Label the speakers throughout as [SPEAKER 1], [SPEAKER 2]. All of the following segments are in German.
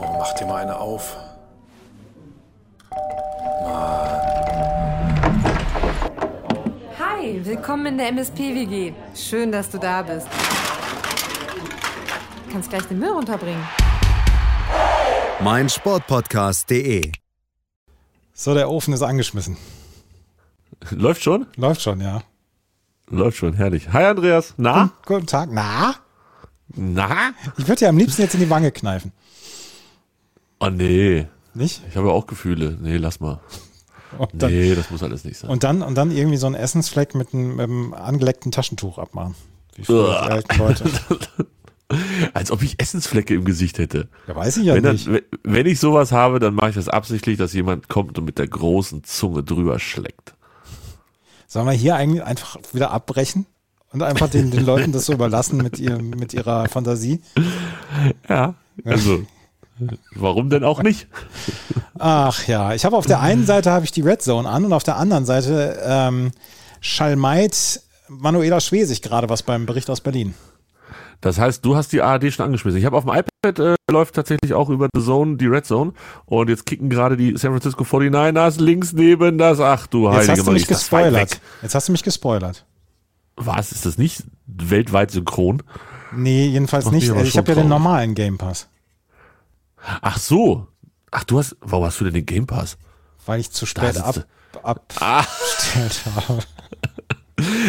[SPEAKER 1] Oh, dir mal eine auf.
[SPEAKER 2] Hi, willkommen in der MSP-WG. Schön, dass du da bist. Du kannst gleich den Müll runterbringen.
[SPEAKER 3] mein Sportpodcast.de.
[SPEAKER 4] So, der Ofen ist angeschmissen.
[SPEAKER 5] Läuft schon?
[SPEAKER 4] Läuft schon, ja.
[SPEAKER 5] Läuft schon, herrlich. Hi Andreas. Na?
[SPEAKER 4] Guten Tag. Na?
[SPEAKER 5] Na?
[SPEAKER 4] Ich würde dir am liebsten jetzt in die Wange kneifen.
[SPEAKER 5] Oh nee.
[SPEAKER 4] Nicht?
[SPEAKER 5] Ich habe ja auch Gefühle. Nee, lass mal.
[SPEAKER 4] Und dann,
[SPEAKER 5] Nee, das muss alles nicht sein.
[SPEAKER 4] und dann, und dann irgendwie so einen Essensfleck mit einem, mit einem angeleckten Taschentuch abmachen. Wie früher
[SPEAKER 5] Uah.
[SPEAKER 4] die alten Leute.
[SPEAKER 5] Als ob ich Essensflecke im Gesicht hätte.
[SPEAKER 4] Ja, weiß ich ja
[SPEAKER 5] wenn,
[SPEAKER 4] nicht.
[SPEAKER 5] dann, wenn- wenn ich sowas habe, dann mache ich das absichtlich, dass jemand kommt und mit der großen Zunge drüber schlägt.
[SPEAKER 4] Sollen wir hier eigentlich einfach wieder abbrechen? Und einfach den, den Leuten das so überlassen mit, ihrem, mit ihrer Fantasie.
[SPEAKER 5] Ja. Also, warum denn auch nicht?
[SPEAKER 4] Ach ja, ich habe auf der einen Seite habe ich die Red Zone an und auf der anderen Seite ähm, Schalmeit Manuela Schwesig gerade was beim Bericht aus Berlin.
[SPEAKER 5] Das heißt, du hast die ARD schon angeschmissen. Ich habe auf dem iPad äh, läuft tatsächlich auch über The Zone, die Red Zone. Und jetzt kicken gerade die San Francisco 49ers links neben das. Ach du
[SPEAKER 4] Jetzt
[SPEAKER 5] heilige
[SPEAKER 4] hast du
[SPEAKER 5] Marie,
[SPEAKER 4] mich
[SPEAKER 5] ist das weit
[SPEAKER 4] gespoilert.
[SPEAKER 5] weg.
[SPEAKER 4] Jetzt hast du mich gespoilert.
[SPEAKER 5] Was? Ist das nicht weltweit synchron?
[SPEAKER 4] Nee, jedenfalls
[SPEAKER 5] Ach,
[SPEAKER 4] nicht.
[SPEAKER 5] nee, aber
[SPEAKER 4] ich
[SPEAKER 5] schon
[SPEAKER 4] habe ja den
[SPEAKER 5] traurig.
[SPEAKER 4] normalen Game Pass,
[SPEAKER 5] Ach so. Ach, du hast. Warum hast du denn den Game Pass?
[SPEAKER 4] weil ich zu spät
[SPEAKER 5] sitzt
[SPEAKER 4] ab,
[SPEAKER 5] Ah.
[SPEAKER 4] abgestellt habe.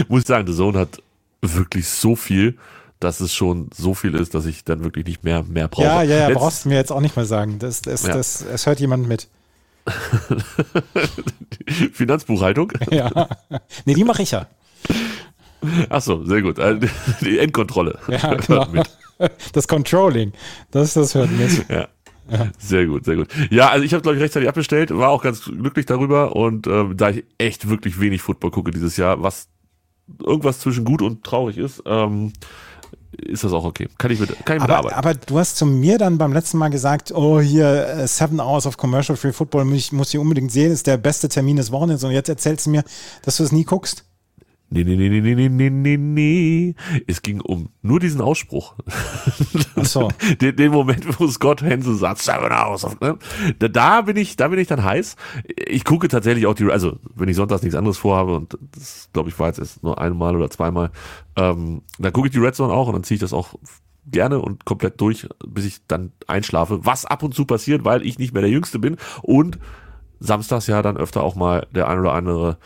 [SPEAKER 5] Muss ich sagen, The Zone hat wirklich so viel, dass es schon so viel ist, dass ich dann wirklich nicht mehr, mehr brauche.
[SPEAKER 4] Ja, ja, ja,
[SPEAKER 5] Letzt-
[SPEAKER 4] brauchst du mir jetzt auch nicht mehr sagen. Das, das,
[SPEAKER 5] Oh, Ja.
[SPEAKER 4] das, es hört jemand mit.
[SPEAKER 5] Finanzbuchhaltung.
[SPEAKER 4] Ja. Nee, die mache ich ja.
[SPEAKER 5] Ach so, sehr gut. Also, Die Endkontrolle.
[SPEAKER 4] Ja, genau.
[SPEAKER 5] Mit.
[SPEAKER 4] Das Controlling. Das, das hört mit.
[SPEAKER 5] Ja. Sehr gut, sehr gut. Ja, also ich habe glaube ich rechtzeitig abbestellt, war auch ganz glücklich darüber und ähm, da ich echt wirklich wenig Football gucke dieses Jahr, was irgendwas zwischen gut und traurig ist, ähm, ist das auch okay. Kann ich mit, kann ich mit
[SPEAKER 4] Aber,
[SPEAKER 5] arbeiten.
[SPEAKER 4] aber du hast zu mir dann beim letzten Mal gesagt, oh hier, äh, Seven Hours of Commercial Free Football, muss ich, muss ich unbedingt sehen, ist der beste Termin des Wochenends. Und jetzt erzählst du mir, dass du es nie guckst.
[SPEAKER 5] Nee, nee, nee, nee, nee, nee, nee, nee, nee. Es ging um nur diesen Ausspruch.
[SPEAKER 4] Ach so.
[SPEAKER 5] den, den Moment, wo Scott Hansen sagt, Seven Hours of, ne? da, da bin ich, da bin ich dann heiß. Ich gucke tatsächlich auch die, also wenn ich sonntags nichts anderes vorhabe und das glaube ich war jetzt erst nur einmal oder zweimal, ähm, dann gucke ich die Red Zone auch und dann ziehe ich das auch gerne und komplett durch, bis ich dann einschlafe. Was ab und zu passiert, weil ich nicht mehr der Jüngste bin und samstags ja dann öfter auch mal der ein oder andere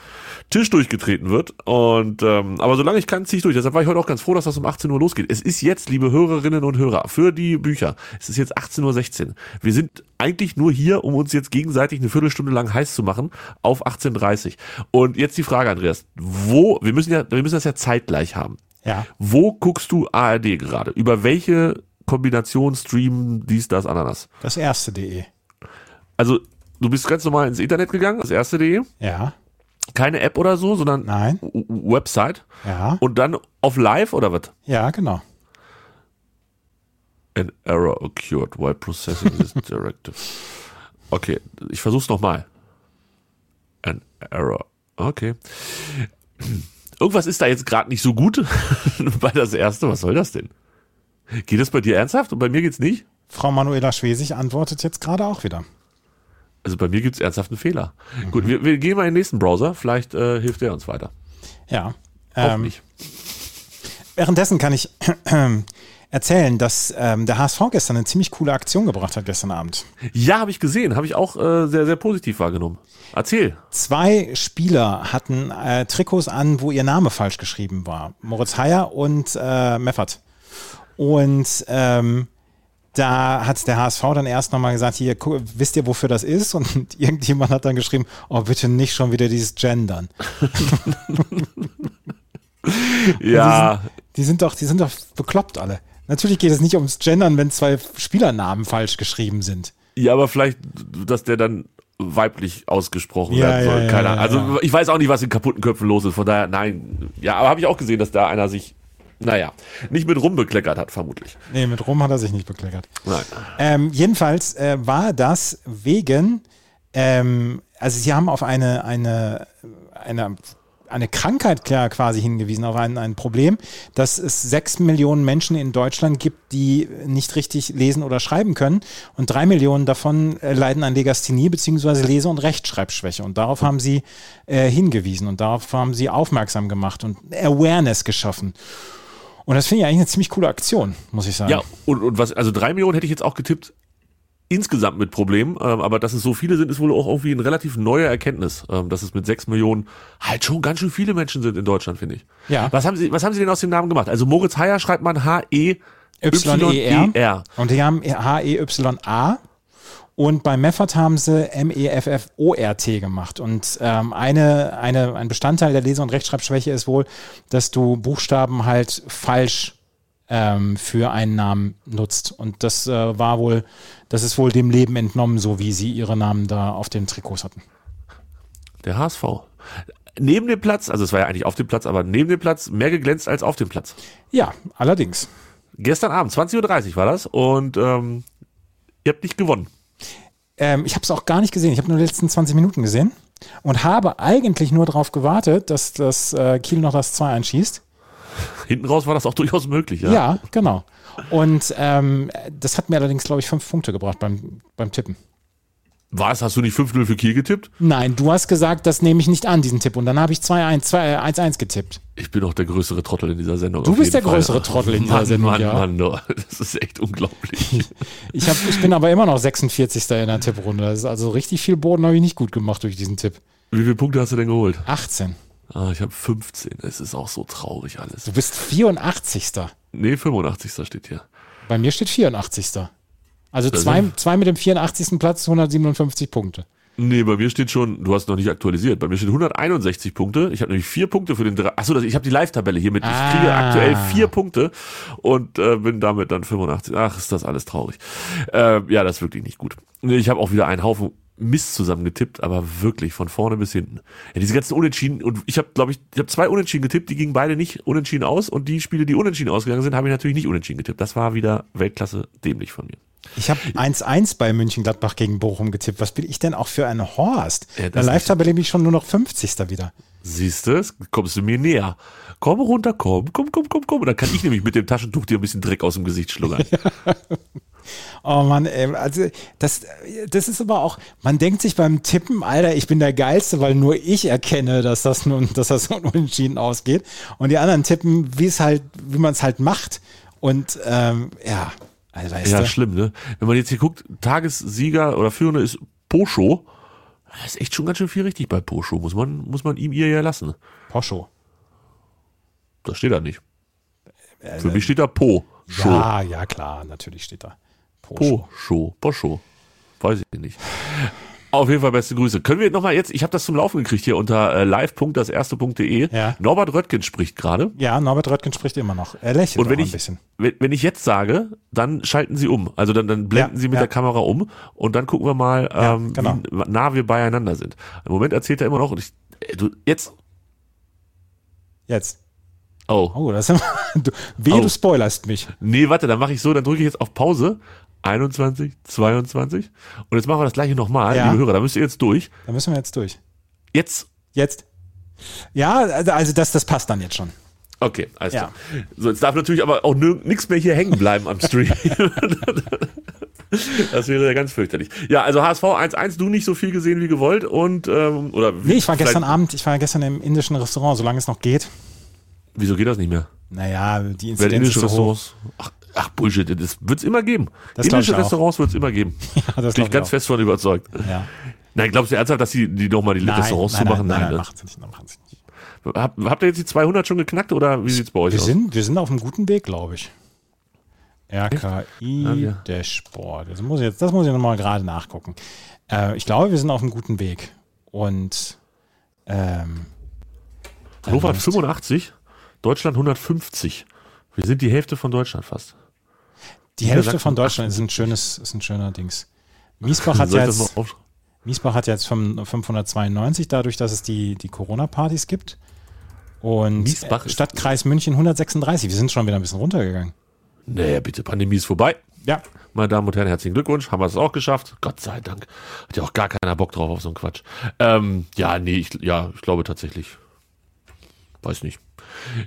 [SPEAKER 5] Tisch durchgetreten wird. Und ähm, aber solange ich kann, ziehe ich durch. Deshalb war ich heute auch ganz froh, dass das um 18 Uhr losgeht. Es ist jetzt, liebe Hörerinnen und Hörer, für die Bücher, es ist jetzt 18.16 Uhr. Wir sind eigentlich nur hier, um uns jetzt gegenseitig eine Viertelstunde lang heiß zu machen auf 18.30 Uhr. Und jetzt die Frage, Andreas, wo, wir müssen ja, wir müssen das ja zeitgleich haben.
[SPEAKER 4] Ja.
[SPEAKER 5] Wo guckst du ARD gerade? Über welche Kombination streamen dies, das, Ananas?
[SPEAKER 4] Das erste E. DE.
[SPEAKER 5] Also, du bist ganz normal ins Internet gegangen, das E. erste.de,
[SPEAKER 4] Ja.
[SPEAKER 5] keine App oder so, sondern
[SPEAKER 4] Nein.
[SPEAKER 5] W- W- Website
[SPEAKER 4] Ja.
[SPEAKER 5] und dann auf live oder was?
[SPEAKER 4] Ja, genau.
[SPEAKER 5] An error occurred while processing this directive. Okay, ich versuch's nochmal. An error. Okay. Irgendwas ist da jetzt gerade nicht so gut bei das erste. Was soll das denn? Geht das bei dir ernsthaft und bei mir geht's nicht?
[SPEAKER 4] Frau Manuela Schwesig antwortet jetzt gerade auch wieder.
[SPEAKER 5] Also bei mir gibt's ernsthaften Fehler.
[SPEAKER 4] Mhm.
[SPEAKER 5] Gut, wir, wir gehen mal in den nächsten Browser. Vielleicht äh, hilft der uns weiter.
[SPEAKER 4] Ja.
[SPEAKER 5] Auch
[SPEAKER 4] Ähm,
[SPEAKER 5] nicht.
[SPEAKER 4] Währenddessen kann ich erzählen, dass ähm, der HSV gestern eine ziemlich coole Aktion gebracht hat gestern Abend.
[SPEAKER 5] Ja, habe ich gesehen. Habe ich auch äh, sehr, sehr positiv wahrgenommen. Erzähl.
[SPEAKER 4] Zwei Spieler hatten äh, Trikots an, wo ihr Name falsch geschrieben war. Moritz Heyer und äh, Meffert. Und ähm, da hat der HSV dann erst nochmal gesagt, hier, gu- wisst ihr, wofür das ist? Und irgendjemand hat dann geschrieben, oh, bitte nicht schon wieder dieses Gendern.
[SPEAKER 5] Ja,
[SPEAKER 4] Die sind doch, die sind doch bekloppt alle. Natürlich geht es nicht ums Gendern, wenn zwei Spielernamen falsch geschrieben sind.
[SPEAKER 5] Ja, aber vielleicht, dass der dann weiblich ausgesprochen
[SPEAKER 4] Ja,
[SPEAKER 5] werden soll.
[SPEAKER 4] ja, ja,
[SPEAKER 5] Keine
[SPEAKER 4] ja,
[SPEAKER 5] Ahnung. Also
[SPEAKER 4] ja.
[SPEAKER 5] ich weiß auch nicht, was in kaputten Köpfen los ist. Von daher, nein. Ja, aber habe ich auch gesehen, dass da einer sich, naja, nicht mit rumbekleckert hat, vermutlich.
[SPEAKER 4] Nee, mit Rom hat er sich nicht bekleckert.
[SPEAKER 5] Nein.
[SPEAKER 4] Ähm, jedenfalls äh, war das wegen, ähm, also sie haben auf eine, eine, eine eine Krankheit klar quasi hingewiesen, auf ein, ein Problem, dass es sechs Millionen Menschen in Deutschland gibt, die nicht richtig lesen oder schreiben können. Und drei Millionen davon äh, leiden an Legasthenie beziehungsweise Lese- und Rechtschreibschwäche. Und darauf haben sie äh, hingewiesen und darauf haben sie aufmerksam gemacht und Awareness geschaffen. Und das finde ich eigentlich eine ziemlich coole Aktion, muss ich sagen.
[SPEAKER 5] Ja, und, und was, also drei Millionen hätte ich jetzt auch getippt, insgesamt mit Problemen, ähm, aber dass es so viele sind, ist wohl auch irgendwie eine relativ neue Erkenntnis, ähm, dass es mit sechs Millionen halt schon ganz schön viele Menschen sind in Deutschland, finde ich.
[SPEAKER 4] Ja.
[SPEAKER 5] Was haben Sie, was haben Sie denn aus dem Namen gemacht? Also Moritz Heyer schreibt man E H-E E
[SPEAKER 4] Y-E-R. E Und die haben H-E-Y-A. Und bei Meffert haben sie E M-E-F-F-O-R-T gemacht. Und ähm, eine, eine, ein Bestandteil der Lese- und Rechtschreibschwäche ist wohl, dass du Buchstaben halt falsch ähm, für einen Namen nutzt. Und das äh, war wohl, das ist wohl dem Leben entnommen, so wie sie ihre Namen da auf den Trikots hatten.
[SPEAKER 5] Der HSV. Neben dem Platz, also es war ja eigentlich auf dem Platz, aber neben dem Platz mehr geglänzt als auf dem Platz.
[SPEAKER 4] Ja, allerdings.
[SPEAKER 5] Gestern Abend, 20.30 Uhr war das und ähm, ihr habt nicht gewonnen.
[SPEAKER 4] Ähm, ich habe es auch gar nicht gesehen. Ich habe nur die letzten 20 Minuten gesehen und habe eigentlich nur darauf gewartet, dass das äh, Kiel noch das 2 einschießt.
[SPEAKER 5] Hinten raus war das auch durchaus möglich, ja.
[SPEAKER 4] Ja, genau. Und ähm, das hat mir allerdings, glaube ich, fünf Punkte gebracht beim, beim Tippen.
[SPEAKER 5] War es, hast du nicht 5-0 für Kiel getippt?
[SPEAKER 4] Nein, du hast gesagt, das nehme ich nicht an, diesen Tipp. Und dann habe ich 2-1, 2-1, 1-1 äh, getippt.
[SPEAKER 5] Ich bin auch der größere Trottel in dieser Sendung.
[SPEAKER 4] Du
[SPEAKER 5] auf
[SPEAKER 4] bist
[SPEAKER 5] jeden
[SPEAKER 4] der
[SPEAKER 5] Fall.
[SPEAKER 4] größere Trottel in dieser
[SPEAKER 5] Mann,
[SPEAKER 4] Sendung,
[SPEAKER 5] Mann,
[SPEAKER 4] ja.
[SPEAKER 5] Mann, oh, das ist echt unglaublich.
[SPEAKER 4] Ich, hab, ich bin aber immer noch 46. in der Tipprunde. Das ist also richtig viel Boden habe ich nicht gut gemacht durch diesen Tipp.
[SPEAKER 5] Wie viele Punkte hast du denn geholt?
[SPEAKER 4] 18.
[SPEAKER 5] Ah, ich habe 15. Es ist auch so traurig alles.
[SPEAKER 4] Du bist 84.
[SPEAKER 5] Nee, 85. steht hier.
[SPEAKER 4] Bei mir steht 84. Also zwei, zwei mit dem 84. Platz, 157 Punkte.
[SPEAKER 5] Nee, bei mir steht schon, du hast noch nicht aktualisiert. Bei mir steht 161 Punkte. Ich habe nämlich vier Punkte für den drei. Achso, das- ich habe die Live-Tabelle hier mit. Ich
[SPEAKER 4] Ah.
[SPEAKER 5] kriege aktuell vier Punkte und äh, bin damit dann 85. Ach, ist das alles traurig. Äh, ja, das ist wirklich nicht gut. Nee, Ich habe auch wieder einen Haufen Mist zusammengetippt, aber wirklich von vorne bis hinten. Ja, diese ganzen Unentschieden und ich habe, glaube ich, ich habe zwei Unentschieden getippt, die gingen beide nicht unentschieden aus und die Spiele, die unentschieden ausgegangen sind, habe ich natürlich nicht unentschieden getippt. Das war wieder Weltklasse dämlich von mir.
[SPEAKER 4] Ich habe 1-1 bei München-Gladbach gegen Bochum getippt. Was bin ich denn auch für ein Horst?
[SPEAKER 5] Ja,
[SPEAKER 4] In der
[SPEAKER 5] das
[SPEAKER 4] Live-Tabelle bin ich schon nur noch 50. wieder.
[SPEAKER 5] Siehst du, kommst du mir näher. Komm runter, komm, komm, komm, komm, komm. Und dann kann ich nämlich mit dem Taschentuch dir ein bisschen Dreck aus dem Gesicht schlummern.
[SPEAKER 4] Oh Mann, ey, also das, das ist aber auch, man denkt sich beim Tippen, Alter, ich bin der Geilste, weil nur ich erkenne, dass das nun, dass das nun unentschieden ausgeht. Und die anderen tippen, wie es halt, wie man es halt macht. Und ähm, ja, also weißt
[SPEAKER 5] Ja,
[SPEAKER 4] du.
[SPEAKER 5] schlimm, ne? Wenn man jetzt hier guckt, Tagessieger oder Führende ist Poscho. Das ist echt schon ganz schön viel richtig bei Poscho. Muss man, muss man ihm ihr ja lassen.
[SPEAKER 4] Poscho.
[SPEAKER 5] Das steht da nicht. Für mich steht da Po. Scho.
[SPEAKER 4] Ja, ja, klar, natürlich steht da. Poscho.
[SPEAKER 5] Po. Scho. Poscho. Weiß ich nicht. Auf jeden Fall beste Grüße. Können wir nochmal jetzt, ich habe das zum Laufen gekriegt hier unter äh, live.daserste.de.
[SPEAKER 4] Ja.
[SPEAKER 5] Norbert Röttgen spricht gerade.
[SPEAKER 4] Ja, Norbert Röttgen spricht immer noch. Er lächelt
[SPEAKER 5] Und wenn
[SPEAKER 4] auch ein
[SPEAKER 5] ich,
[SPEAKER 4] bisschen.
[SPEAKER 5] wenn, wenn ich jetzt sage, dann schalten sie um. Also dann, dann blenden
[SPEAKER 4] Ja,
[SPEAKER 5] sie mit
[SPEAKER 4] ja.
[SPEAKER 5] der Kamera um und dann gucken wir mal, ähm,
[SPEAKER 4] genau.
[SPEAKER 5] wie nah wir beieinander sind. Im Moment erzählt er immer noch und ich, äh, du, jetzt,
[SPEAKER 4] Jetzt.
[SPEAKER 5] oh,
[SPEAKER 4] Oh, das ist du, Wehe,
[SPEAKER 5] Oh.
[SPEAKER 4] du spoilerst mich.
[SPEAKER 5] nee, warte, dann mache ich so, dann drücke ich jetzt auf Pause. 21, 22 und jetzt machen wir das gleiche nochmal,
[SPEAKER 4] Ja.
[SPEAKER 5] liebe Hörer, da müsst ihr jetzt durch.
[SPEAKER 4] Da müssen wir jetzt durch.
[SPEAKER 5] Jetzt,
[SPEAKER 4] Jetzt. Ja, also also das, das passt dann jetzt schon.
[SPEAKER 5] okay, alles
[SPEAKER 4] Ja.
[SPEAKER 5] klar. So, jetzt darf natürlich aber auch nichts mehr hier hängen bleiben am Stream. das wäre ja ganz fürchterlich. Ja, also HSV 1-1, du nicht so viel gesehen wie gewollt und, ähm, oder
[SPEAKER 4] Nee, ich war
[SPEAKER 5] vielleicht-
[SPEAKER 4] gestern Abend, ich war gestern im indischen Restaurant, solange es noch geht.
[SPEAKER 5] Wieso geht das nicht mehr?
[SPEAKER 4] Naja, die
[SPEAKER 5] Weil
[SPEAKER 4] Inzidenz ist
[SPEAKER 5] indische
[SPEAKER 4] so hoch.
[SPEAKER 5] Restaurants. Ach, ach Bullshit, das wird es immer geben.
[SPEAKER 4] Das glaub ich
[SPEAKER 5] indische
[SPEAKER 4] auch.
[SPEAKER 5] Restaurants wird es immer geben.
[SPEAKER 4] Ja, das
[SPEAKER 5] Bin
[SPEAKER 4] glaub
[SPEAKER 5] ich
[SPEAKER 4] ich
[SPEAKER 5] ganz
[SPEAKER 4] auch.
[SPEAKER 5] fest von überzeugt.
[SPEAKER 4] Ja.
[SPEAKER 5] Nein, glaubst du ernsthaft, dass die, die nochmal die Restaurants zu machen?
[SPEAKER 4] nein, nein,
[SPEAKER 5] ne?
[SPEAKER 4] machen sie nicht, nein, machen sie nicht.
[SPEAKER 5] Hab, habt ihr jetzt die 200 schon geknackt oder wie sieht's bei euch
[SPEAKER 4] Wir
[SPEAKER 5] aus?
[SPEAKER 4] sind, wir sind auf einem guten Weg, glaube ich. RKI
[SPEAKER 5] wir-
[SPEAKER 4] Dashboard. Das muss ich jetzt, das muss ich nochmal gerade nachgucken. Äh, ich glaube, wir sind auf einem guten Weg. Und ähm,
[SPEAKER 5] Hannover hat
[SPEAKER 4] läuft's.
[SPEAKER 5] 85, Deutschland 150. Wir sind die Hälfte von Deutschland fast.
[SPEAKER 4] die Hälfte
[SPEAKER 5] Niedersachsen
[SPEAKER 4] von Deutschland ist ein schönes, ist ein schöner Dings. Miesbach hat
[SPEAKER 5] Soll
[SPEAKER 4] ja
[SPEAKER 5] ich das
[SPEAKER 4] jetzt
[SPEAKER 5] mal aufschreiben?
[SPEAKER 4] Miesbach hat jetzt fünf- 592, dadurch, dass es die, die Corona-Partys gibt. Und äh,
[SPEAKER 5] Miesbach ist-
[SPEAKER 4] Stadtkreis München 136. Wir sind schon wieder ein bisschen runtergegangen.
[SPEAKER 5] Nee, bitte, Pandemie ist vorbei.
[SPEAKER 4] Ja.
[SPEAKER 5] Meine Damen und Herren, herzlichen Glückwunsch. Haben wir es auch geschafft. Gott sei Dank. Hat ja auch gar keiner Bock drauf auf so einen Quatsch. Ähm, ja, nee, ich, ja, ich glaube tatsächlich. Weiß nicht.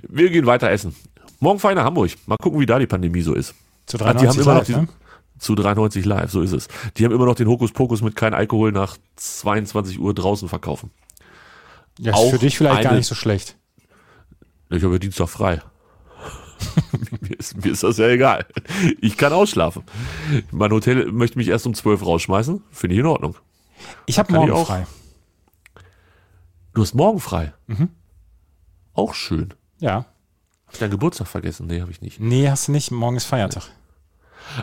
[SPEAKER 5] Wir gehen weiter essen. Morgen fahre ich nach Hamburg. Mal gucken, wie da die Pandemie so ist.
[SPEAKER 4] Zu
[SPEAKER 5] Ah, die haben
[SPEAKER 4] 93
[SPEAKER 5] immer noch
[SPEAKER 4] live,
[SPEAKER 5] diesen,
[SPEAKER 4] ne?
[SPEAKER 5] Zu 93 live, so ist es. Die haben immer noch den Hokuspokus mit kein Alkohol nach 22 Uhr draußen verkaufen.
[SPEAKER 4] Ja, ist für
[SPEAKER 5] auch
[SPEAKER 4] dich vielleicht gar
[SPEAKER 5] eine-
[SPEAKER 4] nicht so schlecht.
[SPEAKER 5] Ich habe ja Dienstag frei. mir, ist, mir ist das ja egal. Ich kann ausschlafen. Mein Hotel möchte mich erst um 12 rausschmeißen. Finde ich in Ordnung.
[SPEAKER 4] Ich habe
[SPEAKER 5] Kann ich
[SPEAKER 4] morgen
[SPEAKER 5] auch.
[SPEAKER 4] frei.
[SPEAKER 5] Du hast morgen frei. Auch schön. Hab
[SPEAKER 4] Ja.
[SPEAKER 5] ich deinen Geburtstag vergessen? Nee, habe ich nicht.
[SPEAKER 4] Nee, hast du nicht. Morgen ist Feiertag.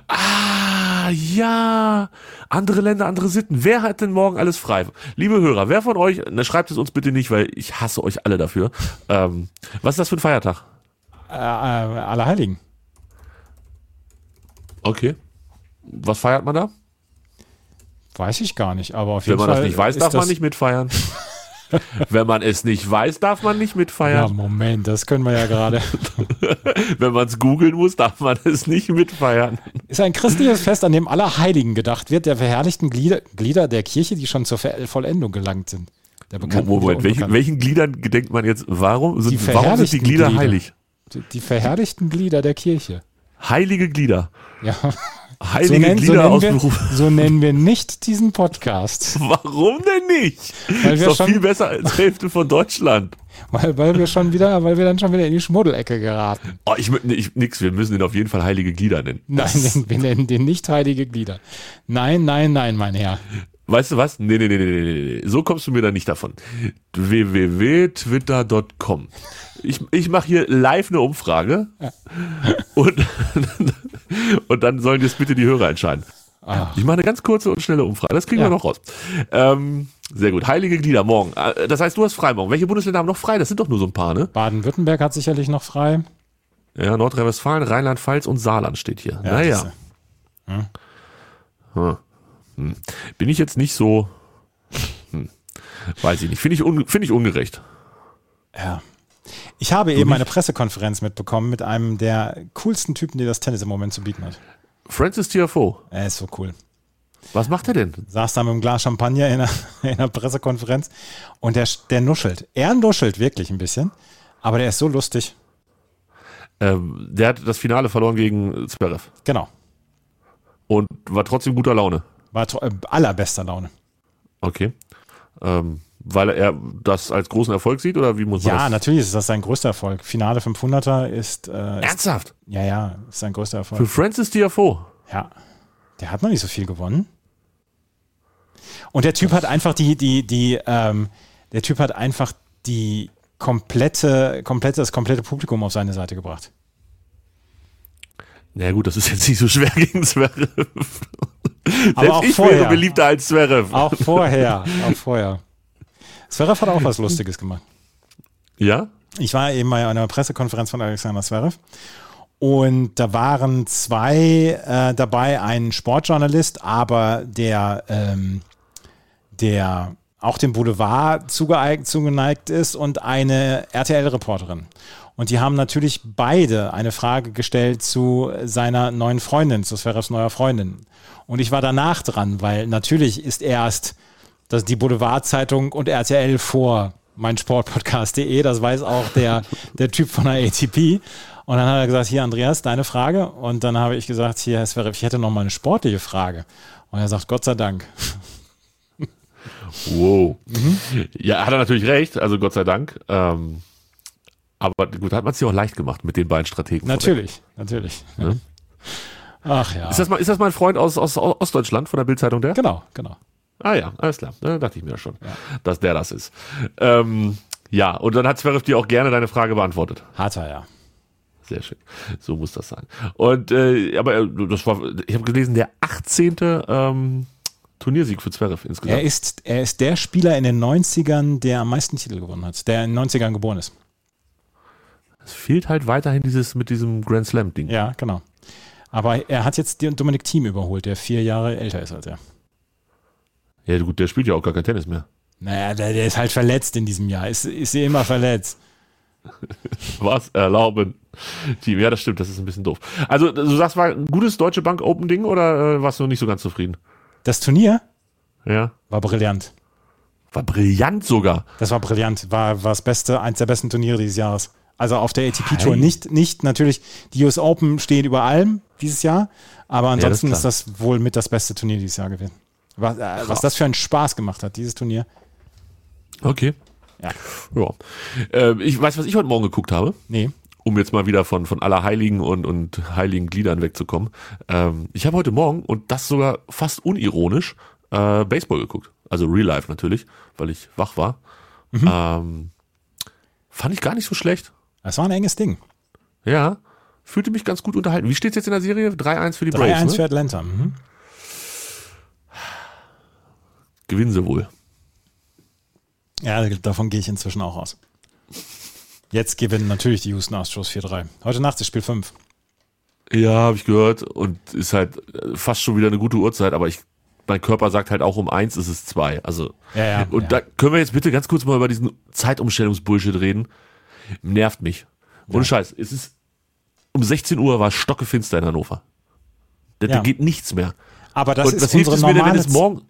[SPEAKER 5] Ah, ja. Andere Länder, andere Sitten. Wer hat denn morgen alles frei? Liebe Hörer, wer von euch, na, schreibt es uns bitte nicht, weil ich hasse euch alle dafür. Ähm, was ist das für ein Feiertag?
[SPEAKER 4] Äh, äh, Allerheiligen.
[SPEAKER 5] Okay. Was feiert man da?
[SPEAKER 4] Weiß ich gar nicht, aber auf
[SPEAKER 5] Wenn
[SPEAKER 4] jeden
[SPEAKER 5] man
[SPEAKER 4] Fall.
[SPEAKER 5] das nicht weiß,
[SPEAKER 4] ist
[SPEAKER 5] darf man
[SPEAKER 4] das-
[SPEAKER 5] nicht mitfeiern. Wenn man es nicht weiß, darf man nicht
[SPEAKER 4] Ja,
[SPEAKER 5] mitfeiern.
[SPEAKER 4] Moment, das können wir ja gerade.
[SPEAKER 5] Wenn man es googeln muss, darf man es nicht mitfeiern.
[SPEAKER 4] ist ein christliches Fest, an dem Allerheiligen gedacht wird, der verherrlichten Glieder, Glieder der Kirche, die schon zur Ver Vollendung gelangt sind. Der bekannten
[SPEAKER 5] Moment,
[SPEAKER 4] wieder
[SPEAKER 5] welchen,
[SPEAKER 4] unbekannten.
[SPEAKER 5] welchen Gliedern gedenkt man jetzt? Warum sind,
[SPEAKER 4] Die
[SPEAKER 5] warum
[SPEAKER 4] verherrlichten
[SPEAKER 5] sind die Glieder,
[SPEAKER 4] Glieder.
[SPEAKER 5] heilig?
[SPEAKER 4] Die, die verherrlichten Glieder der Kirche.
[SPEAKER 5] Heilige Glieder.
[SPEAKER 4] Ja,
[SPEAKER 5] Heilige Glieder aus dem
[SPEAKER 4] wir,
[SPEAKER 5] Ruf.
[SPEAKER 4] so nennen wir nicht diesen Podcast,
[SPEAKER 5] Warum denn nicht?
[SPEAKER 4] Weil
[SPEAKER 5] ist
[SPEAKER 4] wir
[SPEAKER 5] doch
[SPEAKER 4] schon-
[SPEAKER 5] viel besser als Hälfte von Deutschland.
[SPEAKER 4] weil, weil wir schon wieder, weil wir dann schon wieder in die Schmuddelecke geraten.
[SPEAKER 5] Oh, ich, mö- nee, ich, nix, wir müssen ihn auf jeden Fall heilige Glieder nennen.
[SPEAKER 4] Nein, den- wir nennen den nicht heilige Glieder. Nein, nein, nein, mein Herr.
[SPEAKER 5] Weißt du was? Nee, nee, nee, nee, nee, nee, nee. So kommst du mir da nicht davon. www.twitter.com Ich, ich mache hier live eine Umfrage und, und dann sollen jetzt bitte die Hörer entscheiden. Ich mache eine ganz kurze und schnelle Umfrage. Das kriegen
[SPEAKER 4] Ja.
[SPEAKER 5] wir noch raus. Ähm, sehr gut. Heilige Glieder morgen. Äh, Das heißt, du hast frei morgen. Welche Bundesländer haben noch frei? Das sind doch nur so ein paar, ne?
[SPEAKER 4] Baden-Württemberg hat sicherlich noch frei.
[SPEAKER 5] Ja, Nordrhein-Westfalen, Rheinland-Pfalz und Saarland steht hier. naja.
[SPEAKER 4] siehste.
[SPEAKER 5] Hm. Hm. Bin ich jetzt nicht so. Hm. Weiß ich nicht. Finde ich, un, find ich ungerecht.
[SPEAKER 4] Ja. Ich habe eben eine Pressekonferenz mitbekommen mit einem der coolsten Typen, die das Tennis im Moment zu bieten hat.
[SPEAKER 5] Francis TFO,
[SPEAKER 4] Er ist so cool.
[SPEAKER 5] was macht er denn?
[SPEAKER 4] Saß da mit einem Glas Champagner in einer, in einer Pressekonferenz und der, der nuschelt. Er nuschelt wirklich ein bisschen, aber der ist so lustig.
[SPEAKER 5] Ähm, der hat das Finale verloren gegen Zverev
[SPEAKER 4] Genau.
[SPEAKER 5] und war trotzdem guter Laune.
[SPEAKER 4] War tro- äh, allerbester Laune.
[SPEAKER 5] Okay. Ähm, weil er das als großen Erfolg sieht oder wie muss man
[SPEAKER 4] Ja,
[SPEAKER 5] das?
[SPEAKER 4] natürlich ist das sein größter Erfolg. Finale 500er ist, äh, ist
[SPEAKER 5] Ernsthaft?
[SPEAKER 4] ja, ja, ist sein größter Erfolg.
[SPEAKER 5] Für Francis TFO?
[SPEAKER 4] Ja. Der hat noch nicht so viel gewonnen. Und der Typ hat einfach die, die, die, ähm, der Typ hat einfach die komplette, komplette, das komplette Publikum auf seine Seite gebracht.
[SPEAKER 5] Na gut, das ist jetzt nicht so schwer gegen Zverev.
[SPEAKER 4] Aber
[SPEAKER 5] Selbst
[SPEAKER 4] auch
[SPEAKER 5] ich wäre
[SPEAKER 4] vorher.
[SPEAKER 5] beliebter als Zverev.
[SPEAKER 4] Auch vorher, auch vorher. Zverev hat auch was Lustiges gemacht.
[SPEAKER 5] Ja?
[SPEAKER 4] Ich war eben bei einer Pressekonferenz von Alexander Zverev und da waren zwei äh, dabei, ein Sportjournalist, aber der, ähm, der auch dem Boulevard zugeeignet, zugeneigt ist und eine RTL-Reporterin. Und die haben natürlich beide eine Frage gestellt zu seiner neuen Freundin, zu Zverevs neuer Freundin. Und ich war danach dran, weil natürlich ist erst dass die Boulevardzeitung und RTL vor mein Sportpodcast.de, das weiß auch der, der Typ von der ATP. Und dann hat er gesagt, hier Andreas, deine Frage. Und dann habe ich gesagt, hier Herr Zverev, ich hätte noch mal eine sportliche Frage. Und er sagt, Gott sei Dank.
[SPEAKER 5] Wow. Ja, hat er natürlich recht, also Gott sei Dank. Ähm, aber gut, hat man es ja auch leicht gemacht mit den beiden Strategen.
[SPEAKER 4] Natürlich, natürlich.
[SPEAKER 5] Ne?
[SPEAKER 4] Ach ja.
[SPEAKER 5] Ist das, mal, ist das mein Freund aus, aus aus Ostdeutschland von der Bildzeitung der?
[SPEAKER 4] genau, genau.
[SPEAKER 5] Ah ja, alles klar. Da dachte ich mir schon, dass der das ist. Ähm, ja, und dann hat Zverev dir auch gerne deine Frage beantwortet.
[SPEAKER 4] Hat er ja.
[SPEAKER 5] Sehr schön. So muss das sein. Und äh, aber äh, das war, ich habe gelesen, der 18. Ähm, Turniersieg für Zverev
[SPEAKER 4] Er
[SPEAKER 5] insgesamt.
[SPEAKER 4] ist, er ist der Spieler in den 90ern, der am meisten Titel gewonnen hat, der in den 90ern geboren ist.
[SPEAKER 5] Es fehlt halt weiterhin dieses mit diesem Grand Slam Ding.
[SPEAKER 4] Ja, genau. Aber er hat jetzt den Dominik Thiem überholt, der vier Jahre älter ist als er.
[SPEAKER 5] Ja gut, der spielt ja auch gar kein Tennis mehr.
[SPEAKER 4] Naja, der, der ist halt verletzt in diesem Jahr. Ist, ist eh immer verletzt.
[SPEAKER 5] Was erlauben? Team, ja, das stimmt, das ist ein bisschen doof. Also, du sagst, war ein gutes Deutsche Bank Open Ding oder äh, warst du nicht so ganz zufrieden?
[SPEAKER 4] Das Turnier
[SPEAKER 5] Ja.
[SPEAKER 4] war brillant.
[SPEAKER 5] War brillant sogar.
[SPEAKER 4] Das war brillant. War, war das Beste, eins der besten Turniere dieses Jahres. Also auf der ATP-Tour nicht, nicht natürlich, die US Open steht über allem dieses Jahr, aber
[SPEAKER 5] das ist
[SPEAKER 4] ansonsten
[SPEAKER 5] klar.
[SPEAKER 4] ist das wohl mit das beste Turnier dieses Jahr gewesen. Was, äh, was das für einen Spaß gemacht hat, dieses Turnier.
[SPEAKER 5] Okay.
[SPEAKER 4] Ja.
[SPEAKER 5] Ja. Ähm, ich weiß, was ich heute Morgen geguckt habe.
[SPEAKER 4] Nee.
[SPEAKER 5] um jetzt mal wieder von, von Allerheiligen und, und heiligen Gliedern wegzukommen. Ähm, ich habe heute Morgen, und das sogar fast unironisch, äh, Baseball geguckt. Also Real Life natürlich, weil ich wach war. Ähm, fand ich gar nicht so schlecht.
[SPEAKER 4] Das war ein enges Ding.
[SPEAKER 5] Ja, fühlte mich ganz gut unterhalten. Wie steht's jetzt in der Serie? 3-1 für die
[SPEAKER 4] 3-1
[SPEAKER 5] Braves.
[SPEAKER 4] für
[SPEAKER 5] Ne?
[SPEAKER 4] Atlanta. Mhm.
[SPEAKER 5] Gewinnen sie wohl.
[SPEAKER 4] Ja, davon gehe ich inzwischen auch aus. Jetzt gewinnen natürlich die Houston Astros 4-3. Heute Nacht ist Spiel 5.
[SPEAKER 5] Ja, habe ich gehört. Und ist halt äh, fast schon wieder eine gute Uhrzeit, aber ich. Mein Körper sagt halt auch um eins ist es zwei. Also
[SPEAKER 4] Ja, ja,
[SPEAKER 5] und
[SPEAKER 4] ja.
[SPEAKER 5] da können wir jetzt bitte ganz kurz mal über diesen Zeitumstellungsbullshit reden. Nervt mich. Ohne Scheiß. Es ist um 16 Uhr war stockefinster in Hannover. Da, da
[SPEAKER 4] Ja.
[SPEAKER 5] geht nichts mehr.
[SPEAKER 4] Aber das
[SPEAKER 5] und was
[SPEAKER 4] ist
[SPEAKER 5] hilft
[SPEAKER 4] unsere
[SPEAKER 5] es mir denn, wenn
[SPEAKER 4] normale
[SPEAKER 5] es morgen?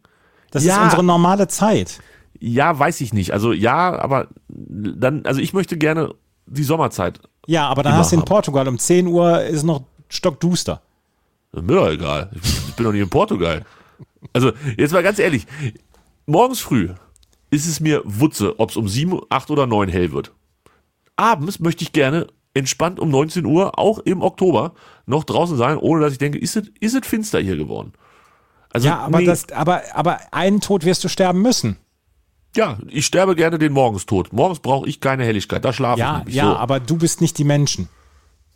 [SPEAKER 4] Das ist
[SPEAKER 5] Ja.
[SPEAKER 4] unsere normale Zeit.
[SPEAKER 5] Ja, weiß ich nicht. Also ja, aber dann, also ich möchte gerne die Sommerzeit.
[SPEAKER 4] Ja, aber dann
[SPEAKER 5] Immer
[SPEAKER 4] hast du in
[SPEAKER 5] haben.
[SPEAKER 4] Portugal um 10 Uhr ist noch stockduster.
[SPEAKER 5] Mir doch egal. Ich bin doch nicht in Portugal. Also, jetzt mal ganz ehrlich. Morgens früh ist es mir Wutze, ob es um 7, 8 oder 9 hell wird. Abends möchte ich gerne entspannt um 19 Uhr, auch im Oktober, noch draußen sein, ohne dass ich denke, ist es ist es finster hier geworden? Also,
[SPEAKER 4] Ja, aber,
[SPEAKER 5] nee.
[SPEAKER 4] das, aber, aber einen Tod wirst du sterben müssen.
[SPEAKER 5] ja, ich sterbe gerne den Morgenstod. Morgens brauche ich keine Helligkeit, da schlafe ich
[SPEAKER 4] Ja,
[SPEAKER 5] nämlich.
[SPEAKER 4] ja,
[SPEAKER 5] so.
[SPEAKER 4] aber du bist nicht die Menschen.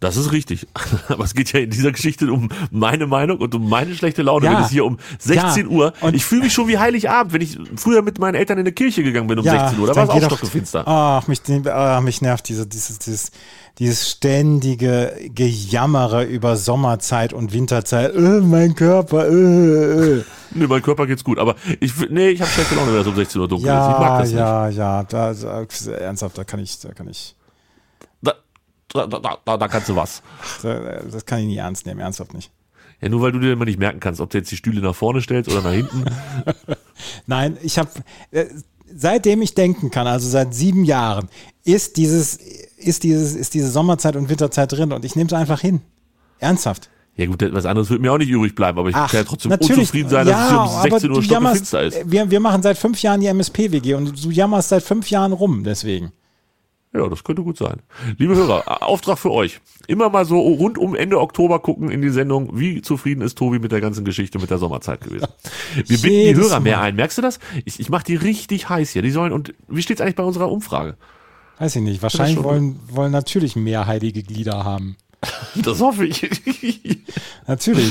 [SPEAKER 5] Das ist richtig. Aber es geht ja in dieser Geschichte um meine Meinung und um meine schlechte Laune,
[SPEAKER 4] Ja.
[SPEAKER 5] wenn es hier um 16
[SPEAKER 4] Ja.
[SPEAKER 5] Uhr.
[SPEAKER 4] Und-
[SPEAKER 5] ich fühle mich schon wie Heiligabend, wenn ich früher mit meinen Eltern in eine Kirche gegangen bin um
[SPEAKER 4] Ja,
[SPEAKER 5] 16 Uhr. Da war
[SPEAKER 4] dann
[SPEAKER 5] es
[SPEAKER 4] geh
[SPEAKER 5] auch
[SPEAKER 4] doch-
[SPEAKER 5] stockfinster.
[SPEAKER 4] Ach, mich, ah, mich nervt diese, dieses, dieses, dieses ständige Gejammere über Sommerzeit und Winterzeit. Äh, mein Körper, äh, äh.
[SPEAKER 5] Nee, mein Körper geht's gut. Aber ich, f- nee, ich habe schlechte Laune, wenn es um 16 Uhr dunkel ist. Ich mag
[SPEAKER 4] Ja,
[SPEAKER 5] das nicht.
[SPEAKER 4] ja, ja, da, da, ernsthaft, da kann ich, da kann ich,
[SPEAKER 5] Da, da, da, da, da kannst du was.
[SPEAKER 4] da, äh, das kann ich nie ernst nehmen, ernsthaft nicht.
[SPEAKER 5] Ja, nur weil du dir immer nicht merken kannst, ob du jetzt die Stühle nach vorne stellst oder nach hinten.
[SPEAKER 4] Nein, ich habe äh, seitdem ich denken kann, also seit sieben Jahren, ist dieses, ist dieses, ist diese Sommerzeit und Winterzeit drin und ich nehme es einfach hin. Ernsthaft.
[SPEAKER 5] Ja gut, was anderes wird mir auch nicht übrig bleiben, aber ich kann ja trotzdem unzufrieden sein, dass
[SPEAKER 4] Ja,
[SPEAKER 5] es hier um
[SPEAKER 4] aber
[SPEAKER 5] 16
[SPEAKER 4] du
[SPEAKER 5] Uhr
[SPEAKER 4] jammerst,
[SPEAKER 5] stockfinster ist.
[SPEAKER 4] äh, Wir, wir machen seit fünf Jahren die MSP-WG und du jammerst seit fünf Jahren rum, deswegen.
[SPEAKER 5] Ja, das könnte gut sein. Liebe Hörer, Auftrag für euch. Immer mal so rund um Ende Oktober gucken in die Sendung, wie zufrieden ist Tobi mit der ganzen Geschichte mit der Sommerzeit gewesen. Wir binden die
[SPEAKER 4] Jedes
[SPEAKER 5] Hörer mehr
[SPEAKER 4] Mal.
[SPEAKER 5] ein. Merkst du das? Ich, ich mache die richtig heiß hier. Die sollen, und wie steht's eigentlich bei unserer Umfrage?
[SPEAKER 4] Weiß ich nicht. Wahrscheinlich
[SPEAKER 5] schon-
[SPEAKER 4] wollen, wollen natürlich mehr heilige Glieder haben.
[SPEAKER 5] Das hoffe ich.
[SPEAKER 4] Natürlich.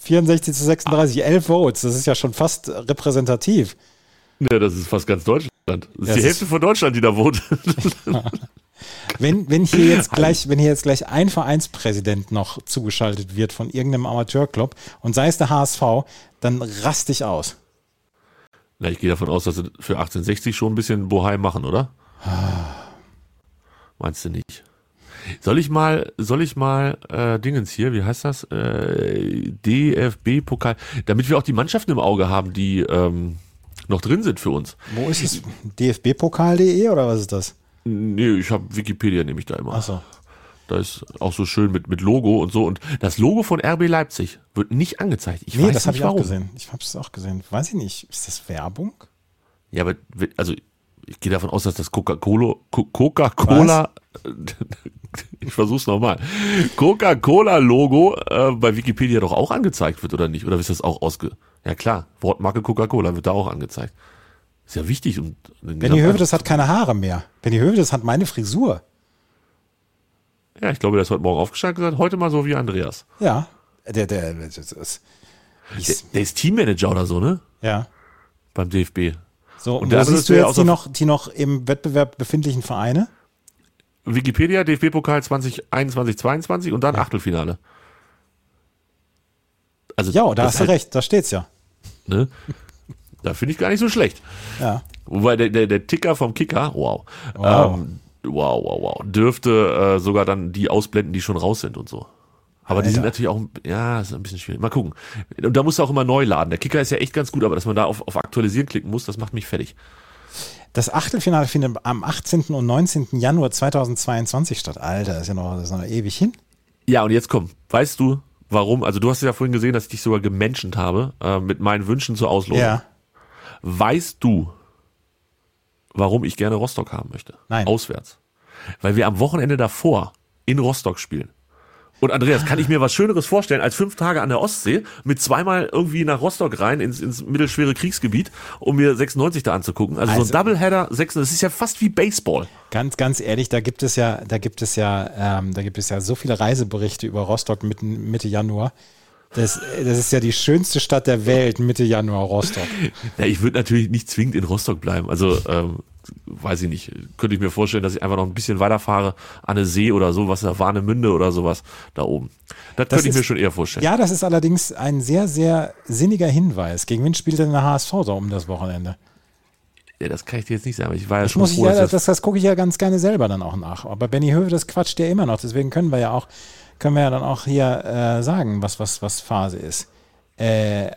[SPEAKER 4] 64 zu 36, 11 Votes. Das ist ja schon fast repräsentativ.
[SPEAKER 5] ja, das ist fast ganz Deutschland. Das ist
[SPEAKER 4] Das
[SPEAKER 5] die
[SPEAKER 4] ist-
[SPEAKER 5] Hälfte von Deutschland, die da wohnt.
[SPEAKER 4] Wenn, wenn hier jetzt gleich, wenn hier jetzt gleich ein Vereinspräsident noch zugeschaltet wird von irgendeinem Amateurclub und sei es der HSV, dann raste ich aus.
[SPEAKER 5] Na, ich gehe davon aus, dass sie für 1860 schon ein bisschen Bohai machen, oder? Meinst du nicht? Soll ich mal, soll ich mal äh, Dingens hier, wie heißt das? Äh, DFB-Pokal, damit wir auch die Mannschaften im Auge haben, die ähm, noch drin sind für uns.
[SPEAKER 4] Wo ist es? dfbpokal.de E oder was ist das?
[SPEAKER 5] Nee, ich habe Wikipedia nehme ich da immer.
[SPEAKER 4] Achso.
[SPEAKER 5] Da ist auch so schön mit, mit Logo und so. Und das Logo von RB Leipzig wird nicht angezeigt. Ich
[SPEAKER 4] Nee, das
[SPEAKER 5] weiß nicht
[SPEAKER 4] habe ich
[SPEAKER 5] warum.
[SPEAKER 4] auch gesehen. Ich habe es auch gesehen. Weiß ich nicht. Ist das Werbung?
[SPEAKER 5] Ja, aber we- also ich gehe davon aus, dass das Coca-Cola Co- Coca-Cola ich versuch's nochmal. Coca-Cola Logo äh, bei Wikipedia doch auch angezeigt wird oder nicht? Oder ist das auch ausge Ja klar, Wortmarke Coca-Cola wird da auch angezeigt. Ist ja wichtig und
[SPEAKER 4] Benny Hövedes hat keine Haare mehr. Benny Hövedes hat meine Frisur.
[SPEAKER 5] Ja, ich glaube, der ist heute morgen aufgestanden und gesagt, heute mal so wie Andreas.
[SPEAKER 4] Ja. Der, der, das ist.
[SPEAKER 5] Der,
[SPEAKER 4] Ich,
[SPEAKER 5] der ist Teammanager oder so, ne?
[SPEAKER 4] ja.
[SPEAKER 5] Beim DFB.
[SPEAKER 4] So, und,
[SPEAKER 5] Und
[SPEAKER 4] wo
[SPEAKER 5] der andere
[SPEAKER 4] siehst du
[SPEAKER 5] ist ja
[SPEAKER 4] jetzt die
[SPEAKER 5] außer-
[SPEAKER 4] noch, die noch im Wettbewerb befindlichen Vereine?
[SPEAKER 5] Wikipedia DFB Pokal 2021 22 und dann Achtelfinale. Also
[SPEAKER 4] Ja, da
[SPEAKER 5] das
[SPEAKER 4] hast du
[SPEAKER 5] halt-
[SPEAKER 4] recht. Da steht's ja.
[SPEAKER 5] Ne? Da finde ich gar nicht so schlecht.
[SPEAKER 4] Ja.
[SPEAKER 5] Wobei der, der, der Ticker vom Kicker, wow.
[SPEAKER 4] Wow.
[SPEAKER 5] Ähm, wow, wow, wow. Dürfte äh, sogar dann die ausblenden, die schon raus sind und so. Aber die sind
[SPEAKER 4] Alter.
[SPEAKER 5] natürlich auch, ein- ja, ist ein bisschen schwierig. Mal gucken. Und da musst du auch immer neu laden. Der Kicker ist ja echt ganz gut, aber dass man da auf, auf Aktualisieren klicken muss, das macht mich fertig.
[SPEAKER 4] Das Achtelfinale findet am 18. und 19. Januar 2022 statt. Alter, ist ja noch, ist noch ewig hin.
[SPEAKER 5] Ja, und jetzt komm, weißt du, warum? Also du hast ja vorhin gesehen, dass ich dich sogar gemenschent habe äh, mit meinen Wünschen zur Auslosung. Weißt du, warum ich gerne Rostock haben möchte?
[SPEAKER 4] Nein.
[SPEAKER 5] Auswärts. Weil wir am Wochenende davor in Rostock spielen. Und Andreas, kann ich mir was Schöneres vorstellen als fünf Tage an der Ostsee mit zweimal irgendwie nach Rostock rein ins, ins mittelschwere Kriegsgebiet, um mir 96 da anzugucken? Also, so
[SPEAKER 4] Also-
[SPEAKER 5] ein Doubleheader, 96, das ist ja fast wie Baseball.
[SPEAKER 4] Ganz, ganz ehrlich, da gibt es ja, da gibt es ja, ähm, da gibt es ja so viele Reiseberichte über Rostock mitten, Mitte Januar. Das, das ist ja die schönste Stadt der Welt, Mitte Januar Rostock.
[SPEAKER 5] Ja, ich würde natürlich nicht zwingend in Rostock bleiben. Also, ähm, weiß ich nicht. Könnte ich mir vorstellen, dass ich einfach noch ein bisschen weiterfahre an eine See oder so, was da Warnemünde oder sowas da oben. Das, könnte ich
[SPEAKER 4] ist-
[SPEAKER 5] mir schon eher vorstellen.
[SPEAKER 4] Ja, das ist allerdings ein sehr, sehr sinniger Hinweis. Gegen wen spielt denn der HSV da um das Wochenende?
[SPEAKER 5] Ja, das kann ich dir jetzt nicht sagen. aber Ich war ja
[SPEAKER 4] Das
[SPEAKER 5] schon
[SPEAKER 4] muss ich
[SPEAKER 5] froh,
[SPEAKER 4] ja,
[SPEAKER 5] dass das,
[SPEAKER 4] das, das gucke ich ja ganz gerne selber dann auch nach. Aber Benny Höwe, das quatscht ja immer noch. Deswegen können wir ja auch, können wir ja dann auch hier äh, sagen, was, was, was Phase ist. Äh,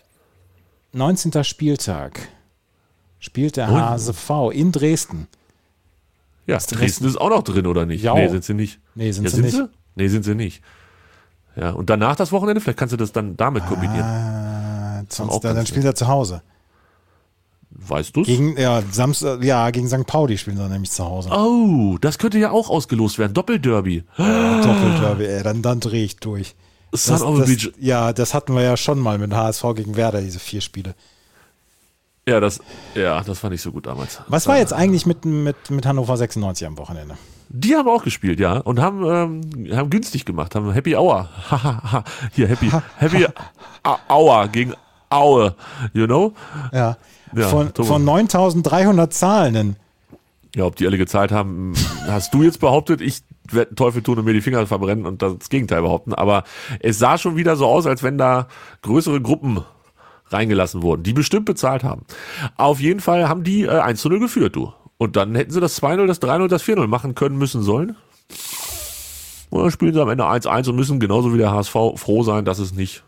[SPEAKER 4] 19. Spieltag spielt der
[SPEAKER 5] Und?
[SPEAKER 4] HSV in Dresden.
[SPEAKER 5] ja, Dresden ist auch noch drin, oder nicht?
[SPEAKER 4] Ja.
[SPEAKER 5] Nee, sind sie nicht.
[SPEAKER 4] Nee, sind
[SPEAKER 5] ja,
[SPEAKER 4] sie nicht.
[SPEAKER 5] Nee, sind sie nicht. Ja, und danach das Wochenende, vielleicht kannst du das dann damit kombinieren.
[SPEAKER 4] Äh,
[SPEAKER 5] auch
[SPEAKER 4] 20, dann
[SPEAKER 5] ganz
[SPEAKER 4] spielt er zu Hause.
[SPEAKER 5] Weißt du's?
[SPEAKER 4] Gegen, ja, Samstag, ja, gegen St. Pauli spielen sie nämlich zu Hause.
[SPEAKER 5] Oh, das könnte ja auch ausgelost werden. Doppelderby.
[SPEAKER 4] Doppelderby, ey, dann, dann drehe ich durch.
[SPEAKER 5] Son of a
[SPEAKER 4] das,
[SPEAKER 5] bitch.
[SPEAKER 4] ja, das hatten wir ja schon mal mit HSV gegen Werder, diese vier Spiele.
[SPEAKER 5] Ja, das, ja, das fand ich so gut damals.
[SPEAKER 4] Was war jetzt eigentlich mit, mit, mit Hannover 96 am Wochenende?
[SPEAKER 5] Die haben auch gespielt, ja. Und haben, ähm, haben günstig gemacht, haben Happy Hour. Hahaha. Hier, Happy, Happy A- Hour gegen Aue, you know?
[SPEAKER 4] Ja.
[SPEAKER 5] Ja,
[SPEAKER 4] von
[SPEAKER 5] Thomas.
[SPEAKER 4] von 9300 Zahlenden.
[SPEAKER 5] Ja, ob die alle gezahlt haben, hast du jetzt behauptet, ich werde Teufel tun und mir die Finger verbrennen und das Gegenteil behaupten. Aber es sah schon wieder so aus, als wenn da größere Gruppen reingelassen wurden, die bestimmt bezahlt haben. Auf jeden Fall haben die äh, 1 zu 0 geführt, du. Und dann hätten sie das 2-0, das 3-0, das 4-0 machen können, müssen, sollen. Und dann spielen sie am Ende 1-1 und müssen genauso wie der HSV froh sein, dass es nicht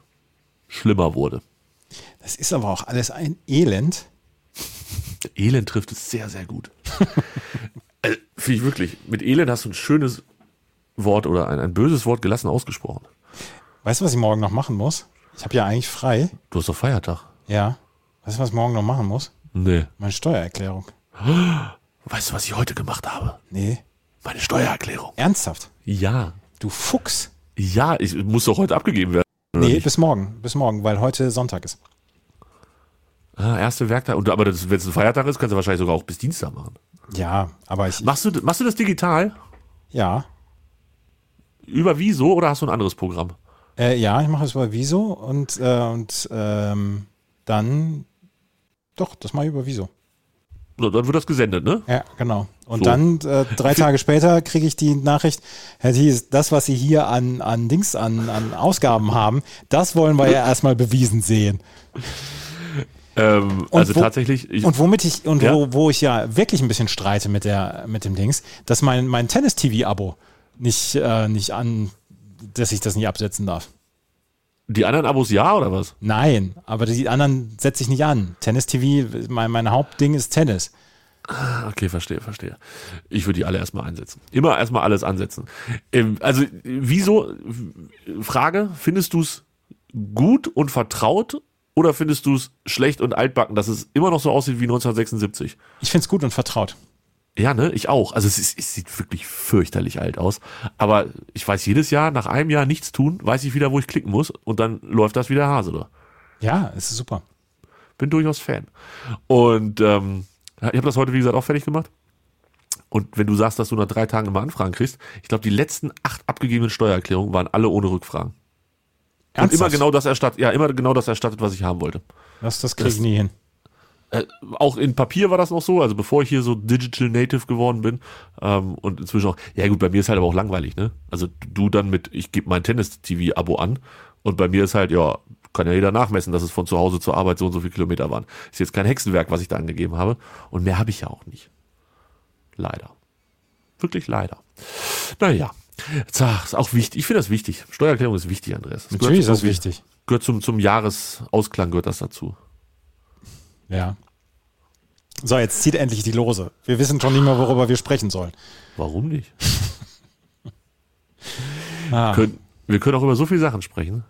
[SPEAKER 5] schlimmer wurde.
[SPEAKER 4] Das ist aber auch alles ein Elend.
[SPEAKER 5] Elend trifft es sehr, sehr gut. also, Finde ich wirklich. Mit Elend hast du ein schönes Wort oder ein, ein böses Wort gelassen ausgesprochen.
[SPEAKER 4] Weißt du, was ich morgen noch machen muss? Ich habe ja eigentlich frei.
[SPEAKER 5] Du hast doch Feiertag.
[SPEAKER 4] Ja. Weißt du, was ich morgen noch machen muss?
[SPEAKER 5] Nee.
[SPEAKER 4] Meine Steuererklärung.
[SPEAKER 5] Weißt du, was ich heute gemacht habe?
[SPEAKER 4] Nee.
[SPEAKER 5] Meine Steuererklärung.
[SPEAKER 4] Ernsthaft?
[SPEAKER 5] Ja.
[SPEAKER 4] Du Fuchs.
[SPEAKER 5] Ja, ich muss doch heute abgegeben werden. oder
[SPEAKER 4] Nee,
[SPEAKER 5] nicht?
[SPEAKER 4] bis morgen. Bis morgen, weil heute Sonntag ist.
[SPEAKER 5] Ah, erste Werktag. Und, aber wenn es ein Feiertag ist, kannst du wahrscheinlich sogar auch bis Dienstag machen.
[SPEAKER 4] Ja, aber ich.
[SPEAKER 5] Machst du, machst du das digital?
[SPEAKER 4] Ja.
[SPEAKER 5] Über Wieso oder hast du ein anderes Programm?
[SPEAKER 4] Äh, ja, ich mache es über Wieso und, äh, und ähm, dann. Doch, das mache ich über Wieso.
[SPEAKER 5] So, Dann wird das gesendet, ne?
[SPEAKER 4] Ja, genau. Und
[SPEAKER 5] So.
[SPEAKER 4] dann äh, drei Tage später kriege ich die Nachricht, Herr Thies, das, was Sie hier an, an Dings, an, an Ausgaben haben, das wollen wir ja erstmal bewiesen sehen.
[SPEAKER 5] Ähm, also
[SPEAKER 4] wo-
[SPEAKER 5] tatsächlich, ich,
[SPEAKER 4] Und womit ich, und
[SPEAKER 5] Ja.
[SPEAKER 4] wo, wo ich ja wirklich ein bisschen streite mit der, mit dem Dings, dass mein, mein Tennis-TV-Abo nicht, äh, nicht an, dass ich das nicht absetzen darf.
[SPEAKER 5] die anderen Abos ja oder was?
[SPEAKER 4] Nein, aber die anderen setze ich nicht an. Tennis-TV, mein, mein Hauptding ist Tennis.
[SPEAKER 5] Okay, verstehe, verstehe. Ich würde die alle erstmal einsetzen. Immer erstmal alles ansetzen. Ähm, also, äh, wieso? w- Frage: Findest du es gut und vertraut oder findest du es schlecht und altbacken, dass es immer noch so aussieht wie 1976?
[SPEAKER 4] Ich finde es gut und vertraut.
[SPEAKER 5] Ja, ne? Ich auch. Also, es, ist, es sieht wirklich fürchterlich alt aus. Aber ich weiß jedes Jahr, nach einem Jahr nichts tun, weiß ich wieder, wo ich klicken muss und dann läuft das wie der Hase da.
[SPEAKER 4] Ja, es ist super.
[SPEAKER 5] bin durchaus Fan. Und ähm, ich habe das heute, wie gesagt, auch fertig gemacht. Und wenn du sagst, dass du nach drei Tagen immer Anfragen kriegst, ich glaube, die letzten acht abgegebenen Steuererklärungen waren alle ohne Rückfragen. Und immer
[SPEAKER 4] Ernsthaft?
[SPEAKER 5] genau das erstattet, ja, immer genau das erstattet, was ich haben wollte.
[SPEAKER 4] Das, das kriege ich nie hin.
[SPEAKER 5] Äh, auch in Papier war das noch so, also bevor ich hier so Digital Native geworden bin ähm, und inzwischen auch, ja gut, bei mir ist halt aber auch langweilig, ne? Also du dann mit, ich gebe mein Tennis-TV-Abo an und bei mir ist halt, ja, kann ja jeder nachmessen, dass es von zu Hause zur Arbeit so und so viele Kilometer waren. Ist jetzt kein Hexenwerk, was ich da angegeben habe und mehr habe ich ja auch nicht. Leider. Wirklich leider. Naja, Tja, ist auch wichtig, ich finde das wichtig. Steuererklärung ist wichtig, Andreas. Das
[SPEAKER 4] Natürlich ist
[SPEAKER 5] gehört
[SPEAKER 4] das
[SPEAKER 5] zum-
[SPEAKER 4] wichtig.
[SPEAKER 5] Gehört zum, zum Jahresausklang, gehört das dazu.
[SPEAKER 4] Ja. So, jetzt zieht endlich die Lose. Wir wissen schon nicht mehr, worüber wir sprechen sollen.
[SPEAKER 5] Warum nicht? Können, wir können auch über so viele Sachen sprechen.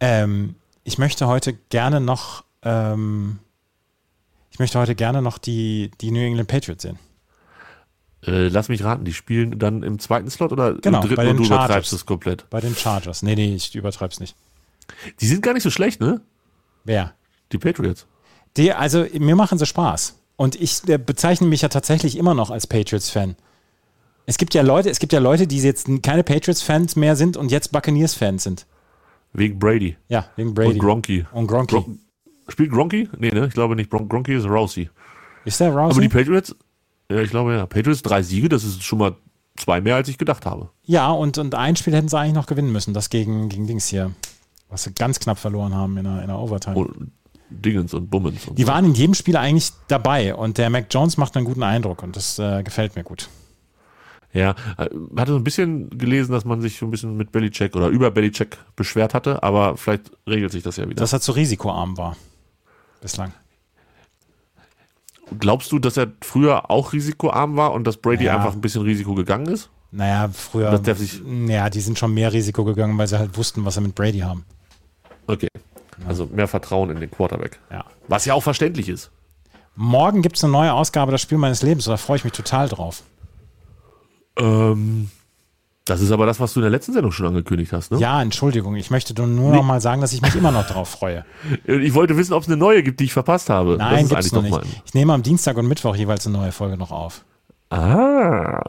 [SPEAKER 4] Ähm, ich möchte heute gerne noch, ähm, ich möchte heute gerne noch die, die New England Patriots sehen.
[SPEAKER 5] Äh, lass mich raten, die spielen dann im zweiten Slot oder
[SPEAKER 4] Genau,
[SPEAKER 5] im dritten
[SPEAKER 4] bei den
[SPEAKER 5] und du
[SPEAKER 4] Chargers.
[SPEAKER 5] übertreibst es komplett.
[SPEAKER 4] Bei den Chargers. Nee, nee, ich übertreib's nicht.
[SPEAKER 5] Die sind gar nicht so schlecht, ne?
[SPEAKER 4] Wer?
[SPEAKER 5] Die Patriots.
[SPEAKER 4] Die, also, mir machen sie Spaß. Und ich äh, bezeichne mich ja tatsächlich immer noch als Patriots-Fan. Es gibt ja Leute, es gibt ja Leute, die jetzt keine Patriots-Fans mehr sind und jetzt Buccaneers-Fans sind.
[SPEAKER 5] Wegen Brady,
[SPEAKER 4] Ja, wegen Brady.
[SPEAKER 5] und Gronky.
[SPEAKER 4] Und Gronky.
[SPEAKER 5] Gron- Spielt Gronky? Nee, ne? Ich glaube nicht. Gron- Gronky ist Rousey.
[SPEAKER 4] Ist der Rousey?
[SPEAKER 5] Aber die Patriots, ja, ich glaube ja. Patriots drei Siege, das ist schon mal zwei mehr, als ich gedacht habe.
[SPEAKER 4] Ja, und, und ein Spiel hätten sie eigentlich noch gewinnen müssen. Das gegen, gegen Dings hier. Was sie ganz knapp verloren haben in der, in der Overtime.
[SPEAKER 5] Und Dingens und Bummens. Und
[SPEAKER 4] Die
[SPEAKER 5] so.
[SPEAKER 4] waren in jedem Spiel eigentlich dabei. Und der Mac Jones macht einen guten Eindruck. Und das äh, gefällt mir gut.
[SPEAKER 5] Ja, äh, hatte so ein bisschen gelesen, dass man sich so ein bisschen mit Belichick oder über Belichick beschwert hatte, aber vielleicht regelt sich das ja wieder.
[SPEAKER 4] Dass er zu risikoarm war. Bislang.
[SPEAKER 5] Glaubst du, dass er früher auch risikoarm war und dass Brady
[SPEAKER 4] Ja.
[SPEAKER 5] einfach ein bisschen Risiko gegangen ist?
[SPEAKER 4] Naja, früher.
[SPEAKER 5] Das darf ich-
[SPEAKER 4] ja, die sind schon mehr Risiko gegangen, weil sie halt wussten, was sie mit Brady haben.
[SPEAKER 5] Okay. Also mehr Vertrauen in den Quarterback.
[SPEAKER 4] Ja.
[SPEAKER 5] Was ja auch verständlich ist.
[SPEAKER 4] Morgen gibt es eine neue Ausgabe Das Spiel meines Lebens. Da freue ich mich total drauf.
[SPEAKER 5] Ähm, das ist aber das, was du in der letzten Sendung schon angekündigt hast, ne?
[SPEAKER 4] Ja, Entschuldigung. Ich möchte nur nur noch mal sagen, dass ich mich immer noch drauf freue.
[SPEAKER 5] Ich wollte wissen, ob es eine neue gibt, die ich verpasst habe.
[SPEAKER 4] Nein, gibt's noch
[SPEAKER 5] doch
[SPEAKER 4] nicht. Ich nehme am Dienstag und Mittwoch jeweils eine neue Folge noch auf.
[SPEAKER 5] Ah.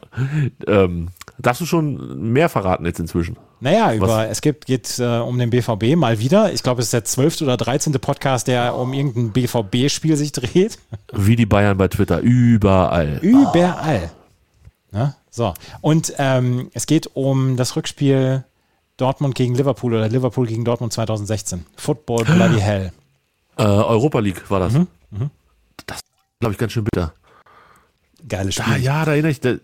[SPEAKER 5] Ähm, darfst du schon mehr verraten jetzt inzwischen?
[SPEAKER 4] Naja, über, es gibt, geht äh, um den BVB mal wieder. Ich glaube, es ist der zwölfte oder dreizehnte Podcast, der
[SPEAKER 5] Oh.
[SPEAKER 4] um irgendein BVB-Spiel sich dreht.
[SPEAKER 5] Wie die Bayern bei Twitter. Überall.
[SPEAKER 4] Überall. Ne? So. Und ähm, es geht um das Rückspiel Dortmund gegen Liverpool oder Liverpool gegen Dortmund 2016. Football Bloody Hell.
[SPEAKER 5] Äh, Europa League war das.
[SPEAKER 4] Mhm.
[SPEAKER 5] Das glaube ich ganz schön bitter.
[SPEAKER 4] Geiles
[SPEAKER 5] Da,
[SPEAKER 4] Spiel.
[SPEAKER 5] Ah, ja, da erinnere ich. Da, äh,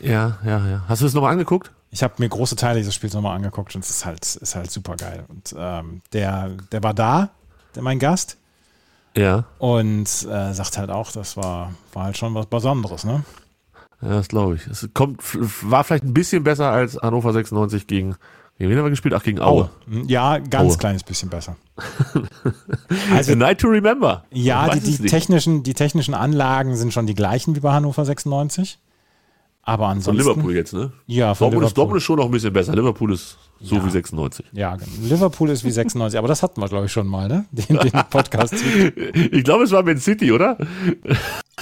[SPEAKER 5] ja, ja, ja. Hast du es nochmal angeguckt?
[SPEAKER 4] Ich habe mir große Teile dieses Spiels nochmal angeguckt und es ist halt, ist halt super geil. Und ähm, der, der war da, der, mein Gast,
[SPEAKER 5] Ja,
[SPEAKER 4] und äh, sagt halt auch, das war, war halt schon was Besonderes, ne?
[SPEAKER 5] ja das glaube ich. Es kommt, f- f- war vielleicht ein bisschen besser als Hannover 96 gegen. Gegen wen haben wir gespielt? Ach, gegen Aue.
[SPEAKER 4] Ja, ganz
[SPEAKER 5] Aue.
[SPEAKER 4] kleines bisschen besser. also
[SPEAKER 5] The Night to Remember.
[SPEAKER 4] ja,
[SPEAKER 5] Ich
[SPEAKER 4] die,
[SPEAKER 5] weiß es
[SPEAKER 4] die,
[SPEAKER 5] nicht.
[SPEAKER 4] technischen, die technischen Anlagen sind schon die gleichen wie bei Hannover 96. Aber
[SPEAKER 5] Von
[SPEAKER 4] ansonsten.
[SPEAKER 5] Liverpool jetzt, ne?
[SPEAKER 4] Ja, von
[SPEAKER 5] Dortmund ist,
[SPEAKER 4] Liverpool.
[SPEAKER 5] Dortmund ist schon noch ein bisschen besser. Liverpool ist so wie 96.
[SPEAKER 4] Ja, genau. Liverpool ist wie 96, aber das hatten wir, glaube ich, schon mal, ne? Den, den Podcast.
[SPEAKER 5] Ich glaube, es war Man City, oder?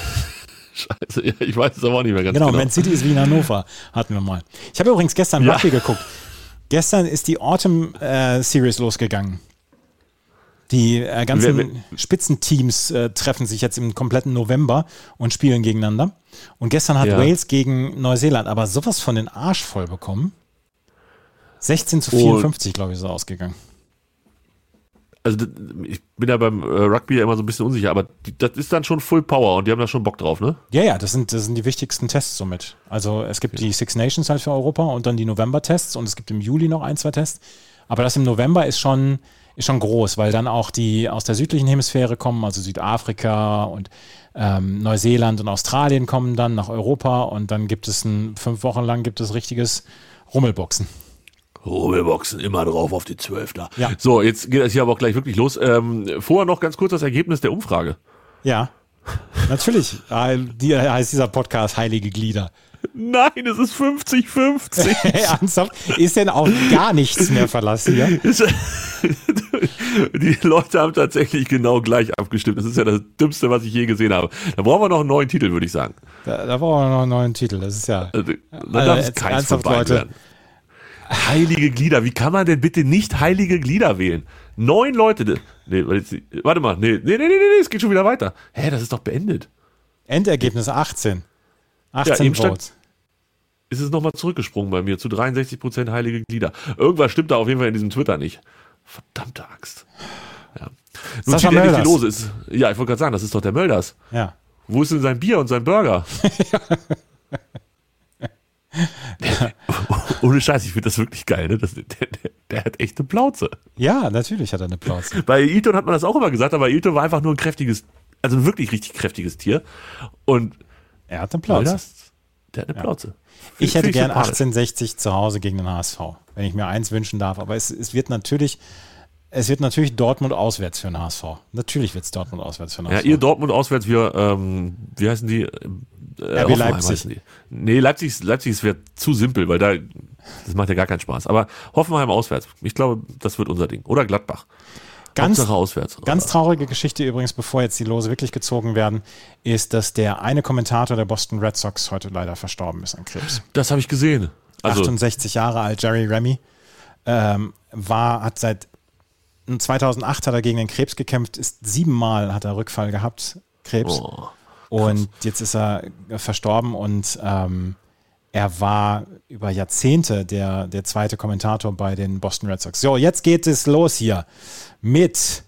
[SPEAKER 5] Scheiße, ja, ich weiß es aber auch nicht mehr ganz
[SPEAKER 4] genau,
[SPEAKER 5] genau.
[SPEAKER 4] Man City ist wie in Hannover, hatten wir mal. Ich habe übrigens gestern
[SPEAKER 5] Ja.
[SPEAKER 4] Rugby geguckt. Gestern ist die Autumn äh, Series losgegangen. Die äh, ganzen
[SPEAKER 5] Wer- wer-
[SPEAKER 4] Spitzenteams äh, treffen sich jetzt im kompletten November und spielen gegeneinander. Und gestern hat
[SPEAKER 5] Ja.
[SPEAKER 4] Wales gegen Neuseeland aber sowas von den Arsch voll bekommen. 16 zu 54, glaube ich, ist ausgegangen.
[SPEAKER 5] also, d- ich bin ja beim äh, Rugby ja immer so ein bisschen unsicher, aber die, das ist dann schon Full Power und die haben da schon Bock drauf, ne?
[SPEAKER 4] Ja, ja, das sind, das sind die wichtigsten Tests somit. Also es gibt die Six Nations halt für Europa und dann die November-Tests und es gibt im Juli noch ein, zwei Tests. Aber das im November ist schon, ist schon groß, weil dann auch die aus der südlichen Hemisphäre kommen, also Südafrika und ähm, Neuseeland und Australien kommen dann nach Europa und dann gibt es ein, fünf Wochen lang gibt es richtiges Rummelboxen.
[SPEAKER 5] Rubbelboxen, immer drauf auf die Zwölfter.
[SPEAKER 4] Ja.
[SPEAKER 5] So, jetzt geht das hier aber auch gleich wirklich los. Ähm, vorher noch ganz kurz das Ergebnis der Umfrage.
[SPEAKER 4] Ja, natürlich. Äh, Die, heißt dieser Podcast Heilige Glieder.
[SPEAKER 5] Nein, es ist 50-50.
[SPEAKER 4] Hey, ernsthaft? Ist denn auf gar nichts mehr Verlass hier?
[SPEAKER 5] Es- Die Leute haben tatsächlich genau gleich abgestimmt. Das ist ja das Dümmste, was ich je gesehen habe. Da brauchen wir noch einen neuen Titel, würde ich sagen.
[SPEAKER 4] Da, da brauchen wir noch einen neuen Titel. Das ist ja.
[SPEAKER 5] Also, dann
[SPEAKER 4] Alter,
[SPEAKER 5] darf es
[SPEAKER 4] jetzt
[SPEAKER 5] keins von
[SPEAKER 4] ernsthaft,
[SPEAKER 5] beiden
[SPEAKER 4] Leute.
[SPEAKER 5] werden. Heilige Glieder, wie kann man denn bitte nicht heilige Glieder wählen? Neun Leute. ne- Nee, warte jetzt- warte mal, nee, nee, nee, nee, nee, es geht schon wieder weiter. Hä, das ist doch beendet.
[SPEAKER 4] Endergebnis 18. 18
[SPEAKER 5] eben stand-
[SPEAKER 4] Votes.
[SPEAKER 5] Ist es nochmal zurückgesprungen bei mir zu 63% heilige Glieder. Irgendwas stimmt da auf jeden Fall in diesem Twitter nicht. Verdammte Axt. Ja. Nun
[SPEAKER 4] Sascha
[SPEAKER 5] steht endlich die
[SPEAKER 4] Mölders.
[SPEAKER 5] Lose. Ist, ja, ich wollte gerade sagen, das ist doch der Mölders.
[SPEAKER 4] Ja.
[SPEAKER 5] Wo ist denn sein Bier und sein Burger? Ohne Scheiß, ich finde das wirklich geil. Ne? Das, der, der, der hat echt eine Plauze.
[SPEAKER 4] ja, natürlich hat er eine Plauze.
[SPEAKER 5] Bei Ilton hat man das auch immer gesagt, aber Ilton war einfach nur ein kräftiges also ein wirklich richtig kräftiges Tier. Und
[SPEAKER 4] Er hat eine Plauze.
[SPEAKER 5] Leudast, der hat eine Plauze.
[SPEAKER 4] Ich hätte
[SPEAKER 5] Finde
[SPEAKER 4] gern
[SPEAKER 5] sympathisch.
[SPEAKER 4] 1860 zu Hause gegen den HSV, wenn ich mir eins wünschen darf. Aber es, es wird natürlich, es wird natürlich Dortmund auswärts für den HSV. Natürlich wird es Dortmund auswärts für den
[SPEAKER 5] Ja,
[SPEAKER 4] HSV.
[SPEAKER 5] ihr Dortmund auswärts, wir, ähm, wie heißen die? Äh,
[SPEAKER 4] RB
[SPEAKER 5] Hoffenheim
[SPEAKER 4] Leipzig.
[SPEAKER 5] heißen die. Nee, Leipzig, Leipzig ist- wäre zu simpel, weil da, das macht ja gar keinen Spaß. Aber Hoffenheim auswärts, ich glaube, das wird unser Ding. Oder Gladbach.
[SPEAKER 4] ganz,
[SPEAKER 5] Hauptsache auswärts.
[SPEAKER 4] ganz traurige Geschichte übrigens, bevor jetzt die Lose wirklich gezogen werden, ist, dass der eine Kommentator der Boston Red Sox heute leider verstorben ist an Krebs.
[SPEAKER 5] das habe ich gesehen. Also,
[SPEAKER 4] 68 Jahre alt, Jerry Remy, ähm, war, hat seit 2008 hat er gegen den Krebs gekämpft, ist siebenmal hat er Rückfall gehabt, Krebs.
[SPEAKER 5] oh,
[SPEAKER 4] und jetzt ist er verstorben und ähm, er war über Jahrzehnte der, der zweite Kommentator bei den Boston Red Sox. So, jetzt geht es los hier mit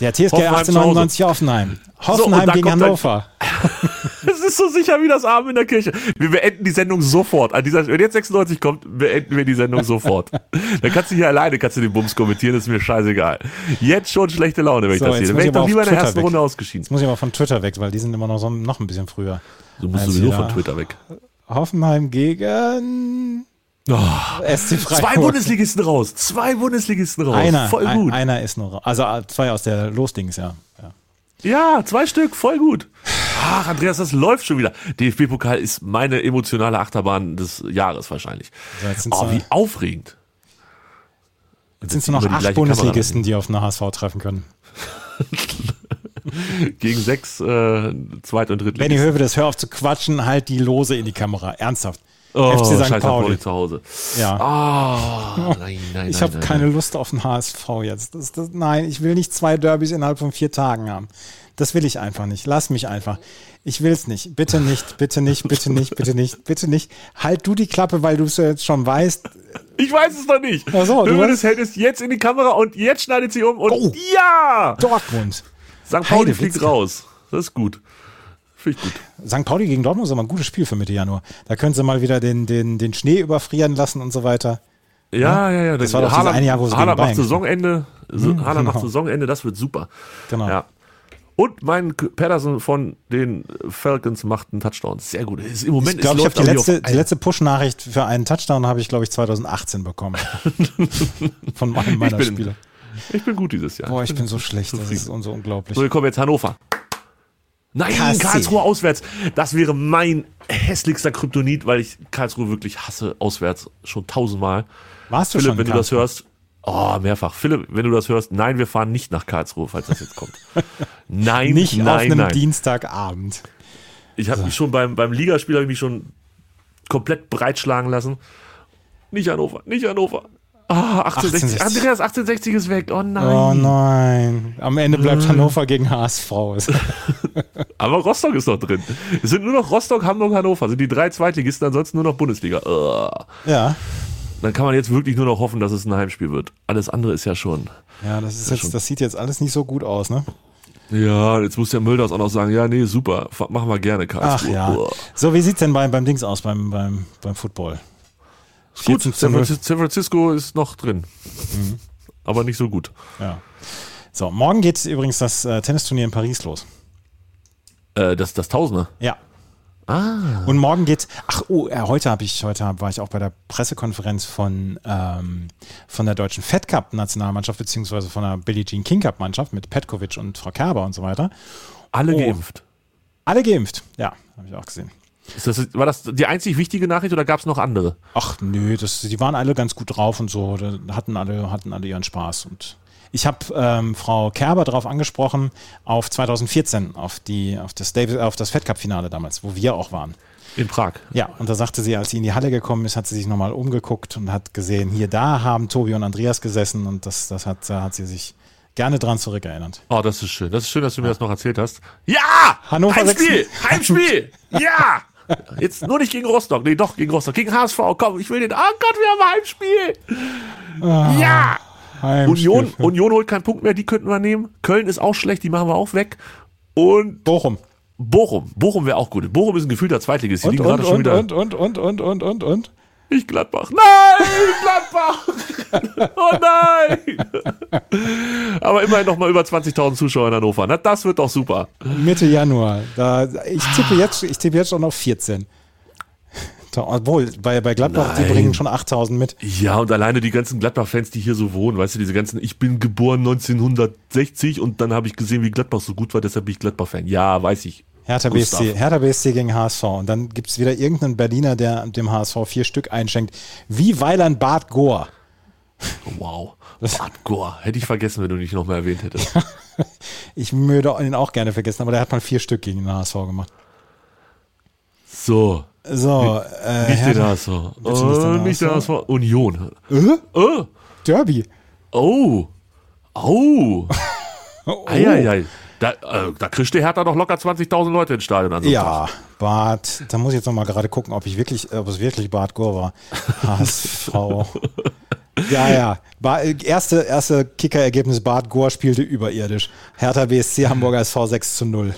[SPEAKER 4] der TSG
[SPEAKER 5] Hoffenheim
[SPEAKER 4] 1899 Hoffenheim.
[SPEAKER 5] So, und
[SPEAKER 4] Hoffenheim
[SPEAKER 5] dann
[SPEAKER 4] gegen
[SPEAKER 5] kommt ein-
[SPEAKER 4] Hannover.
[SPEAKER 5] es ist so sicher wie das Abend in der Kirche. Wir beenden die Sendung sofort. An dieser, wenn jetzt 96 kommt, beenden wir die Sendung sofort. Dann kannst du hier alleine kannst du den Bums kommentieren, ist mir scheißegal. Jetzt schon schlechte Laune, wenn
[SPEAKER 4] So,
[SPEAKER 5] ich das
[SPEAKER 4] jetzt
[SPEAKER 5] sehe. Dann
[SPEAKER 4] muss ich aber
[SPEAKER 5] wäre ich doch
[SPEAKER 4] auf
[SPEAKER 5] lieber in der
[SPEAKER 4] Twitter
[SPEAKER 5] ersten
[SPEAKER 4] weg.
[SPEAKER 5] Runde ausgeschieden.
[SPEAKER 4] Jetzt muss ich aber von Twitter weg, weil die sind immer noch, so, noch ein bisschen früher.
[SPEAKER 5] Du musst
[SPEAKER 4] Also
[SPEAKER 5] sowieso
[SPEAKER 4] ja.
[SPEAKER 5] von Twitter weg.
[SPEAKER 4] Hoffenheim gegen SC Freiburg.
[SPEAKER 5] Oh. Zwei Bundesligisten raus. Zwei Bundesligisten raus.
[SPEAKER 4] Einer,
[SPEAKER 5] voll
[SPEAKER 4] ein,
[SPEAKER 5] gut.
[SPEAKER 4] einer ist nur, also äh, zwei aus der Losdings, ja. ja.
[SPEAKER 5] Ja, zwei Stück, voll gut. Ach, Andreas, das läuft schon wieder. DFB-Pokal ist meine emotionale Achterbahn des Jahres wahrscheinlich.
[SPEAKER 4] So, Also, jetzt sind's
[SPEAKER 5] Oh,
[SPEAKER 4] noch-
[SPEAKER 5] wie aufregend.
[SPEAKER 4] Jetzt sind es nur noch
[SPEAKER 5] über die
[SPEAKER 4] acht
[SPEAKER 5] gleiche
[SPEAKER 4] Bundesligisten, die auf den HSV treffen können.
[SPEAKER 5] Gegen sechs äh, Zweit- und
[SPEAKER 4] Benny
[SPEAKER 5] Drittligisten.
[SPEAKER 4] Höwe, das hör auf zu quatschen, halt die Lose in die Kamera. Ernsthaft.
[SPEAKER 5] Oh,
[SPEAKER 4] FC St.
[SPEAKER 5] scheiß St.
[SPEAKER 4] Pauli.
[SPEAKER 5] zu Hause.
[SPEAKER 4] Ja.
[SPEAKER 5] Ah, nein, nein,
[SPEAKER 4] Ich
[SPEAKER 5] nein,
[SPEAKER 4] habe
[SPEAKER 5] nein,
[SPEAKER 4] keine
[SPEAKER 5] nein.
[SPEAKER 4] Lust auf den HSV jetzt. Das, das, nein, ich will nicht zwei Derbys innerhalb von vier Tagen haben. Das will ich einfach nicht. Lass mich einfach. Ich will's nicht. Bitte nicht, bitte nicht, bitte nicht, bitte nicht, bitte nicht. Halt du die Klappe, weil du es ja jetzt schon weißt.
[SPEAKER 5] Ich weiß es noch nicht.
[SPEAKER 4] Ach so, du
[SPEAKER 5] Höwe, das
[SPEAKER 4] weißt-
[SPEAKER 5] hält es jetzt in die Kamera und jetzt schneidet sie um und
[SPEAKER 4] Oh.
[SPEAKER 5] ja!
[SPEAKER 4] Dortmund.
[SPEAKER 5] St. Pauli
[SPEAKER 4] Heidewitzka.
[SPEAKER 5] fliegt raus. Das ist gut. Finde ich gut.
[SPEAKER 4] St. Pauli gegen Dortmund ist aber ein gutes Spiel für Mitte Januar. Da können sie mal wieder den, den, den Schnee überfrieren lassen und so weiter.
[SPEAKER 5] Ja, ja, ja.
[SPEAKER 4] Ne? Das war doch dieses eine Jahr, wo sie
[SPEAKER 5] Haaland
[SPEAKER 4] gegen
[SPEAKER 5] macht
[SPEAKER 4] Bayern
[SPEAKER 5] Saisonende. So, Haaland macht
[SPEAKER 4] genau.
[SPEAKER 5] Saisonende, das wird super.
[SPEAKER 4] Genau.
[SPEAKER 5] Ja. Und mein K- Patterson von den Falcons macht einen Touchdown. Sehr gut. Ist Im Moment
[SPEAKER 4] Ich glaube,
[SPEAKER 5] es
[SPEAKER 4] ich
[SPEAKER 5] läuft
[SPEAKER 4] habe die
[SPEAKER 5] aber
[SPEAKER 4] letzte,
[SPEAKER 5] nicht auf-
[SPEAKER 4] die letzte Push-Nachricht für einen Touchdown habe ich, glaube ich, 2018 bekommen. Von einem meiner
[SPEAKER 5] bin-
[SPEAKER 4] Spiele.
[SPEAKER 5] Ich bin gut dieses Jahr.
[SPEAKER 4] Boah, ich bin so schlecht. Das ist so unglaublich.
[SPEAKER 5] so, wir kommen jetzt Hannover. Nein,
[SPEAKER 4] Kassi.
[SPEAKER 5] Karlsruhe auswärts. Das wäre mein hässlichster Kryptonit, weil ich Karlsruhe wirklich hasse auswärts schon tausendmal.
[SPEAKER 4] Warst du
[SPEAKER 5] Philipp,
[SPEAKER 4] schon ne?
[SPEAKER 5] wenn
[SPEAKER 4] in
[SPEAKER 5] du das
[SPEAKER 4] Karlsruhe?
[SPEAKER 5] hörst, oh, mehrfach. Philipp, wenn du das hörst, nein, wir fahren nicht nach Karlsruhe, falls das jetzt kommt. Nein,
[SPEAKER 4] Nicht
[SPEAKER 5] nein,
[SPEAKER 4] auf einem
[SPEAKER 5] nein.
[SPEAKER 4] Dienstagabend.
[SPEAKER 5] Ich habe mich schon beim, beim Ligaspiel habe ich mich schon komplett breitschlagen lassen. Nicht Hannover, nicht Hannover. Ah,
[SPEAKER 4] 1860.
[SPEAKER 5] 1860. Andreas, 1860 ist weg. Oh nein.
[SPEAKER 4] Oh nein. Am Ende bleibt Hannover gegen HSV.
[SPEAKER 5] Aber Rostock ist noch drin. Es sind nur noch Rostock, Hamburg, Hannover. Sind die drei Zweitligisten, ansonsten nur noch Bundesliga. Ah.
[SPEAKER 4] ja.
[SPEAKER 5] Dann kann man jetzt wirklich nur noch hoffen, dass es ein Heimspiel wird. Alles andere ist ja schon.
[SPEAKER 4] Ja, das ist jetzt, das sieht jetzt alles nicht so gut aus, ne?
[SPEAKER 5] Ja, jetzt muss der Mölders auch noch sagen, ja, nee, super, f- machen wir gerne
[SPEAKER 4] Ach
[SPEAKER 5] Karlsruhe.
[SPEAKER 4] ja.
[SPEAKER 5] Uah.
[SPEAKER 4] So, wie sieht's denn beim, beim Dings aus, beim, beim, beim Football?
[SPEAKER 5] Ist gut,
[SPEAKER 4] 14 zu Mhm.
[SPEAKER 5] San
[SPEAKER 4] 0.
[SPEAKER 5] Francisco, San Francisco ist noch drin. Aber nicht so gut.
[SPEAKER 4] Ja. So, morgen geht übrigens das äh, Tennisturnier in Paris los.
[SPEAKER 5] Äh, das, das Tausender.
[SPEAKER 4] Ja. Ah. Und morgen geht's. Ach, oh, äh, heute habe ich, heute hab, war ich auch bei der Pressekonferenz von, ähm, von der deutschen Fed Cup Nationalmannschaft, beziehungsweise von der Billie Jean King Cup Mannschaft mit Petkovic und Frau Kerber und so weiter.
[SPEAKER 5] Alle
[SPEAKER 4] Oh.
[SPEAKER 5] geimpft.
[SPEAKER 4] Alle geimpft. Ja, habe ich auch gesehen.
[SPEAKER 5] Ist das, war das die einzig wichtige Nachricht oder gab es noch andere?
[SPEAKER 4] Ach, nö, das, die waren alle ganz gut drauf und so, da hatten alle, hatten alle ihren Spaß und. Ich habe ähm, Frau Kerber darauf angesprochen, auf 2014, auf, die, auf das, Davis, auf das Fed Cup-Finale damals, wo wir auch waren.
[SPEAKER 5] In Prag.
[SPEAKER 4] Ja, und da sagte sie, als sie in die Halle gekommen ist, hat sie sich nochmal umgeguckt und hat gesehen, hier, da haben Tobi und Andreas gesessen und das, das hat, da hat sie sich gerne dran zurückerinnert.
[SPEAKER 5] Oh, das ist schön. Das ist schön, dass du mir das noch erzählt hast. Ja!
[SPEAKER 4] Hannover
[SPEAKER 5] Heimspiel!
[SPEAKER 4] 96.
[SPEAKER 5] Heimspiel! Ja! Jetzt nur nicht gegen Rostock. Nee, doch, gegen Rostock. Gegen HSV. Komm, ich will den. Oh Gott, wir haben Heimspiel!
[SPEAKER 4] Ah,
[SPEAKER 5] Ja! Union, Union holt keinen Punkt mehr, die könnten wir nehmen. Köln ist auch schlecht, die machen wir auch weg. Und
[SPEAKER 4] Bochum.
[SPEAKER 5] Bochum. Bochum wäre auch gut. Bochum ist ein gefühlter Zweitligist. Die
[SPEAKER 4] Und,
[SPEAKER 5] liegen
[SPEAKER 4] und,
[SPEAKER 5] gerade schon
[SPEAKER 4] und,
[SPEAKER 5] wieder.
[SPEAKER 4] und, und, und, und, und, und, und.
[SPEAKER 5] Ich Gladbach. Nein, Gladbach! Oh nein! Aber immerhin noch mal über 20.000 Zuschauer in Hannover. Na, das wird doch super.
[SPEAKER 4] Mitte Januar. Da, ich, tippe jetzt, ich tippe jetzt schon auf 14. Da, obwohl, bei, bei Gladbach, die
[SPEAKER 5] Nein.
[SPEAKER 4] bringen schon 8000 mit.
[SPEAKER 5] Ja, und alleine die ganzen Gladbach-Fans, die hier so wohnen, weißt du, diese ganzen, ich bin geboren 1960 und dann habe ich gesehen, wie Gladbach so gut war, deshalb bin ich Gladbach-Fan. Ja, weiß ich.
[SPEAKER 4] Hertha
[SPEAKER 5] Gustav.
[SPEAKER 4] BSC, Hertha BSC gegen HSV. Und dann gibt es wieder irgendeinen Berliner, der dem HSV vier Stück einschenkt. Wie Weiland Bart Gohr.
[SPEAKER 5] Wow. Bart Gore. Hätte ich vergessen, wenn du dich nochmal erwähnt hättest.
[SPEAKER 4] Ich würde ihn auch gerne vergessen, aber der hat mal vier Stück gegen den HSV gemacht.
[SPEAKER 5] So.
[SPEAKER 4] So, äh,
[SPEAKER 5] Nicht den
[SPEAKER 4] Hertha-
[SPEAKER 5] HSV.
[SPEAKER 4] Bitte nicht den
[SPEAKER 5] Und Äh, nicht der
[SPEAKER 4] HSV.
[SPEAKER 5] HSV. Union.
[SPEAKER 4] Äh?
[SPEAKER 5] Äh?
[SPEAKER 4] Derby.
[SPEAKER 5] Oh. Oh.
[SPEAKER 4] Oh.
[SPEAKER 5] Eieiei. Da, äh, da kriegt der Hertha doch locker 20.000 Leute ins Stadion an. so einem Tag.
[SPEAKER 4] Ja, Bart, da muss ich jetzt nochmal gerade gucken, ob ich wirklich, ob es wirklich Bart Gur war. HSV. ja, ja. Ba äh, erste, erste Kicker-Ergebnis, Bart Gur spielte überirdisch. Hertha BSC Hamburger SV 6 zu 0.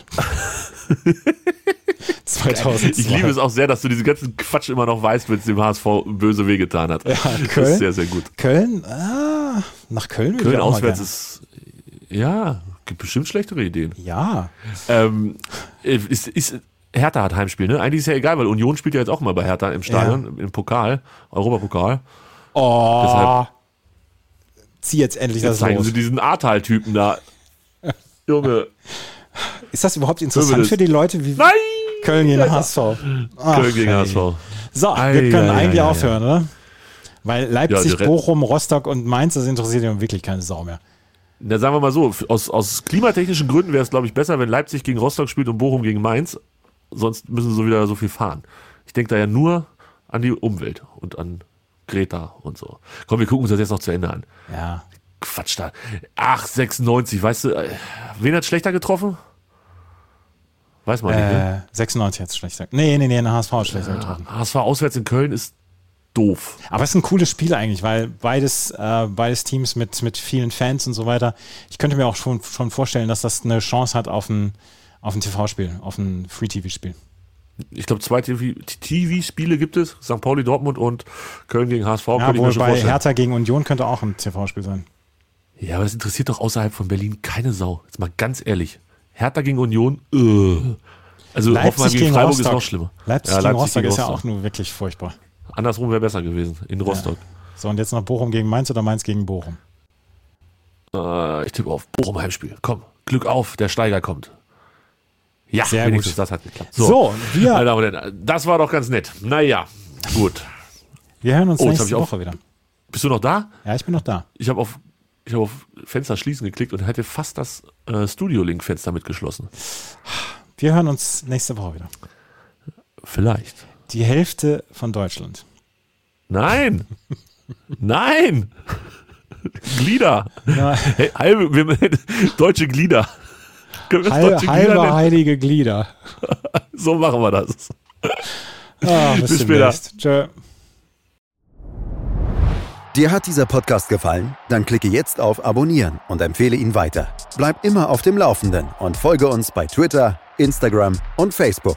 [SPEAKER 4] 2002.
[SPEAKER 5] Ich liebe es auch sehr, dass du diesen ganzen Quatsch immer noch weißt, wenn es dem HSV böse wehgetan hat. Ja, Das
[SPEAKER 4] Köln.
[SPEAKER 5] ist sehr, sehr gut.
[SPEAKER 4] Köln, ah, nach Köln würde
[SPEAKER 5] Köln
[SPEAKER 4] ich auch
[SPEAKER 5] auswärts
[SPEAKER 4] mal
[SPEAKER 5] ist. Ja, gibt bestimmt schlechtere Ideen.
[SPEAKER 4] gerne. Ja,
[SPEAKER 5] Ähm, ist, ist, Hertha hat Heimspiel, ne? Eigentlich ist ja egal, weil Union spielt ja jetzt auch mal bei Hertha im Stadion, im Pokal, Europapokal.
[SPEAKER 4] oh,
[SPEAKER 5] Deshalb-
[SPEAKER 4] zieh jetzt endlich
[SPEAKER 5] Jetzt
[SPEAKER 4] das
[SPEAKER 5] zeigen
[SPEAKER 4] los.
[SPEAKER 5] sie diesen Ahrtal-Typen da. Junge.
[SPEAKER 4] Ist das überhaupt interessant
[SPEAKER 5] das-
[SPEAKER 4] für die Leute, wie
[SPEAKER 5] Nein!
[SPEAKER 4] Köln gegen HSV? Ach,
[SPEAKER 5] Köln gegen
[SPEAKER 4] ey.
[SPEAKER 5] HSV.
[SPEAKER 4] So,
[SPEAKER 5] Ei,
[SPEAKER 4] wir können
[SPEAKER 5] ei,
[SPEAKER 4] eigentlich
[SPEAKER 5] ei, ei,
[SPEAKER 4] aufhören, oder? Weil
[SPEAKER 5] Ja,
[SPEAKER 4] Leipzig,
[SPEAKER 5] direkt.
[SPEAKER 4] Bochum, Rostock und Mainz, das interessiert ja wirklich keine Sau mehr.
[SPEAKER 5] Na, sagen wir mal so, f- aus, aus klimatechnischen Gründen wäre es, glaube ich, besser, wenn Leipzig gegen Rostock spielt und Bochum gegen Mainz. Sonst müssen sie so wieder so viel fahren. Ich denke da ja nur an die Umwelt und an Greta und so. Komm, wir gucken uns das jetzt noch zu Ende an.
[SPEAKER 4] Ja.
[SPEAKER 5] Quatsch da. Ach, 96, weißt du, äh, wen hat schlechter getroffen? Weiß man nicht, ne?
[SPEAKER 4] Äh, 96 jetzt schlechter. Nee, nee, nee, eine HSV hat schlechter getroffen.
[SPEAKER 5] Ah, HSV auswärts in Köln ist doof.
[SPEAKER 4] Aber es ist ein cooles Spiel eigentlich, weil beides, äh, beides Teams mit, mit vielen Fans und so weiter. Ich könnte mir auch schon, schon vorstellen, dass das eine Chance hat auf ein, auf ein TV-Spiel, auf ein Free-TV-Spiel.
[SPEAKER 5] Ich glaube, zwei TV TV-Spiele gibt es. St. Pauli, Dortmund und Köln gegen HSV.
[SPEAKER 4] Ja,
[SPEAKER 5] könnte ich mir
[SPEAKER 4] wohl
[SPEAKER 5] schon
[SPEAKER 4] bei
[SPEAKER 5] vorstellen.
[SPEAKER 4] Hertha gegen Union könnte auch ein TV-Spiel sein.
[SPEAKER 5] Ja, aber das interessiert doch außerhalb von Berlin keine Sau. Jetzt mal ganz ehrlich. Hertha gegen Union, äh. Also Hoffenheim gegen, Freiburg ist noch schlimmer.
[SPEAKER 4] Leipzig,
[SPEAKER 5] Ja,
[SPEAKER 4] gegen Rostock ist ja auch nur wirklich furchtbar.
[SPEAKER 5] Andersrum wäre besser gewesen, in Rostock.
[SPEAKER 4] So, und jetzt noch Bochum gegen Mainz oder Mainz gegen Bochum?
[SPEAKER 5] Äh, ich tippe auf Bochum Heimspiel. Komm, Glück auf, der Steiger kommt. Ja,
[SPEAKER 4] Sehr
[SPEAKER 5] wenigstens
[SPEAKER 4] gut.
[SPEAKER 5] das hat geklappt.
[SPEAKER 4] So, wir,
[SPEAKER 5] Meine Damen und Herren, das war doch ganz nett. Naja, gut.
[SPEAKER 4] wir hören uns
[SPEAKER 5] Oh, jetzt
[SPEAKER 4] nächste
[SPEAKER 5] hab ich auch-
[SPEAKER 4] Woche wieder.
[SPEAKER 5] Bist du noch da?
[SPEAKER 4] Ja, ich bin noch da.
[SPEAKER 5] Ich habe auf, ich hab auf Fenster schließen geklickt und hätte fast das äh, Studio-Link-Fenster mitgeschlossen.
[SPEAKER 4] Wir hören uns nächste Woche wieder.
[SPEAKER 5] Vielleicht.
[SPEAKER 4] Die Hälfte von Deutschland.
[SPEAKER 5] Nein! Nein! Glieder!
[SPEAKER 4] Ja,
[SPEAKER 5] Hey, halbe, wir, deutsche Glieder. Können wir das
[SPEAKER 4] halbe,
[SPEAKER 5] deutsche Glieder
[SPEAKER 4] halbe
[SPEAKER 5] nennen?
[SPEAKER 4] heilige Glieder.
[SPEAKER 5] So machen wir das.
[SPEAKER 4] Ah, bis
[SPEAKER 5] Bis
[SPEAKER 4] bis
[SPEAKER 5] später.
[SPEAKER 4] demnächst. Tschö.
[SPEAKER 3] Dir hat dieser Podcast gefallen? Dann klicke jetzt auf Abonnieren und empfehle ihn weiter. Bleib immer auf dem Laufenden und folge uns bei Twitter, Instagram und Facebook.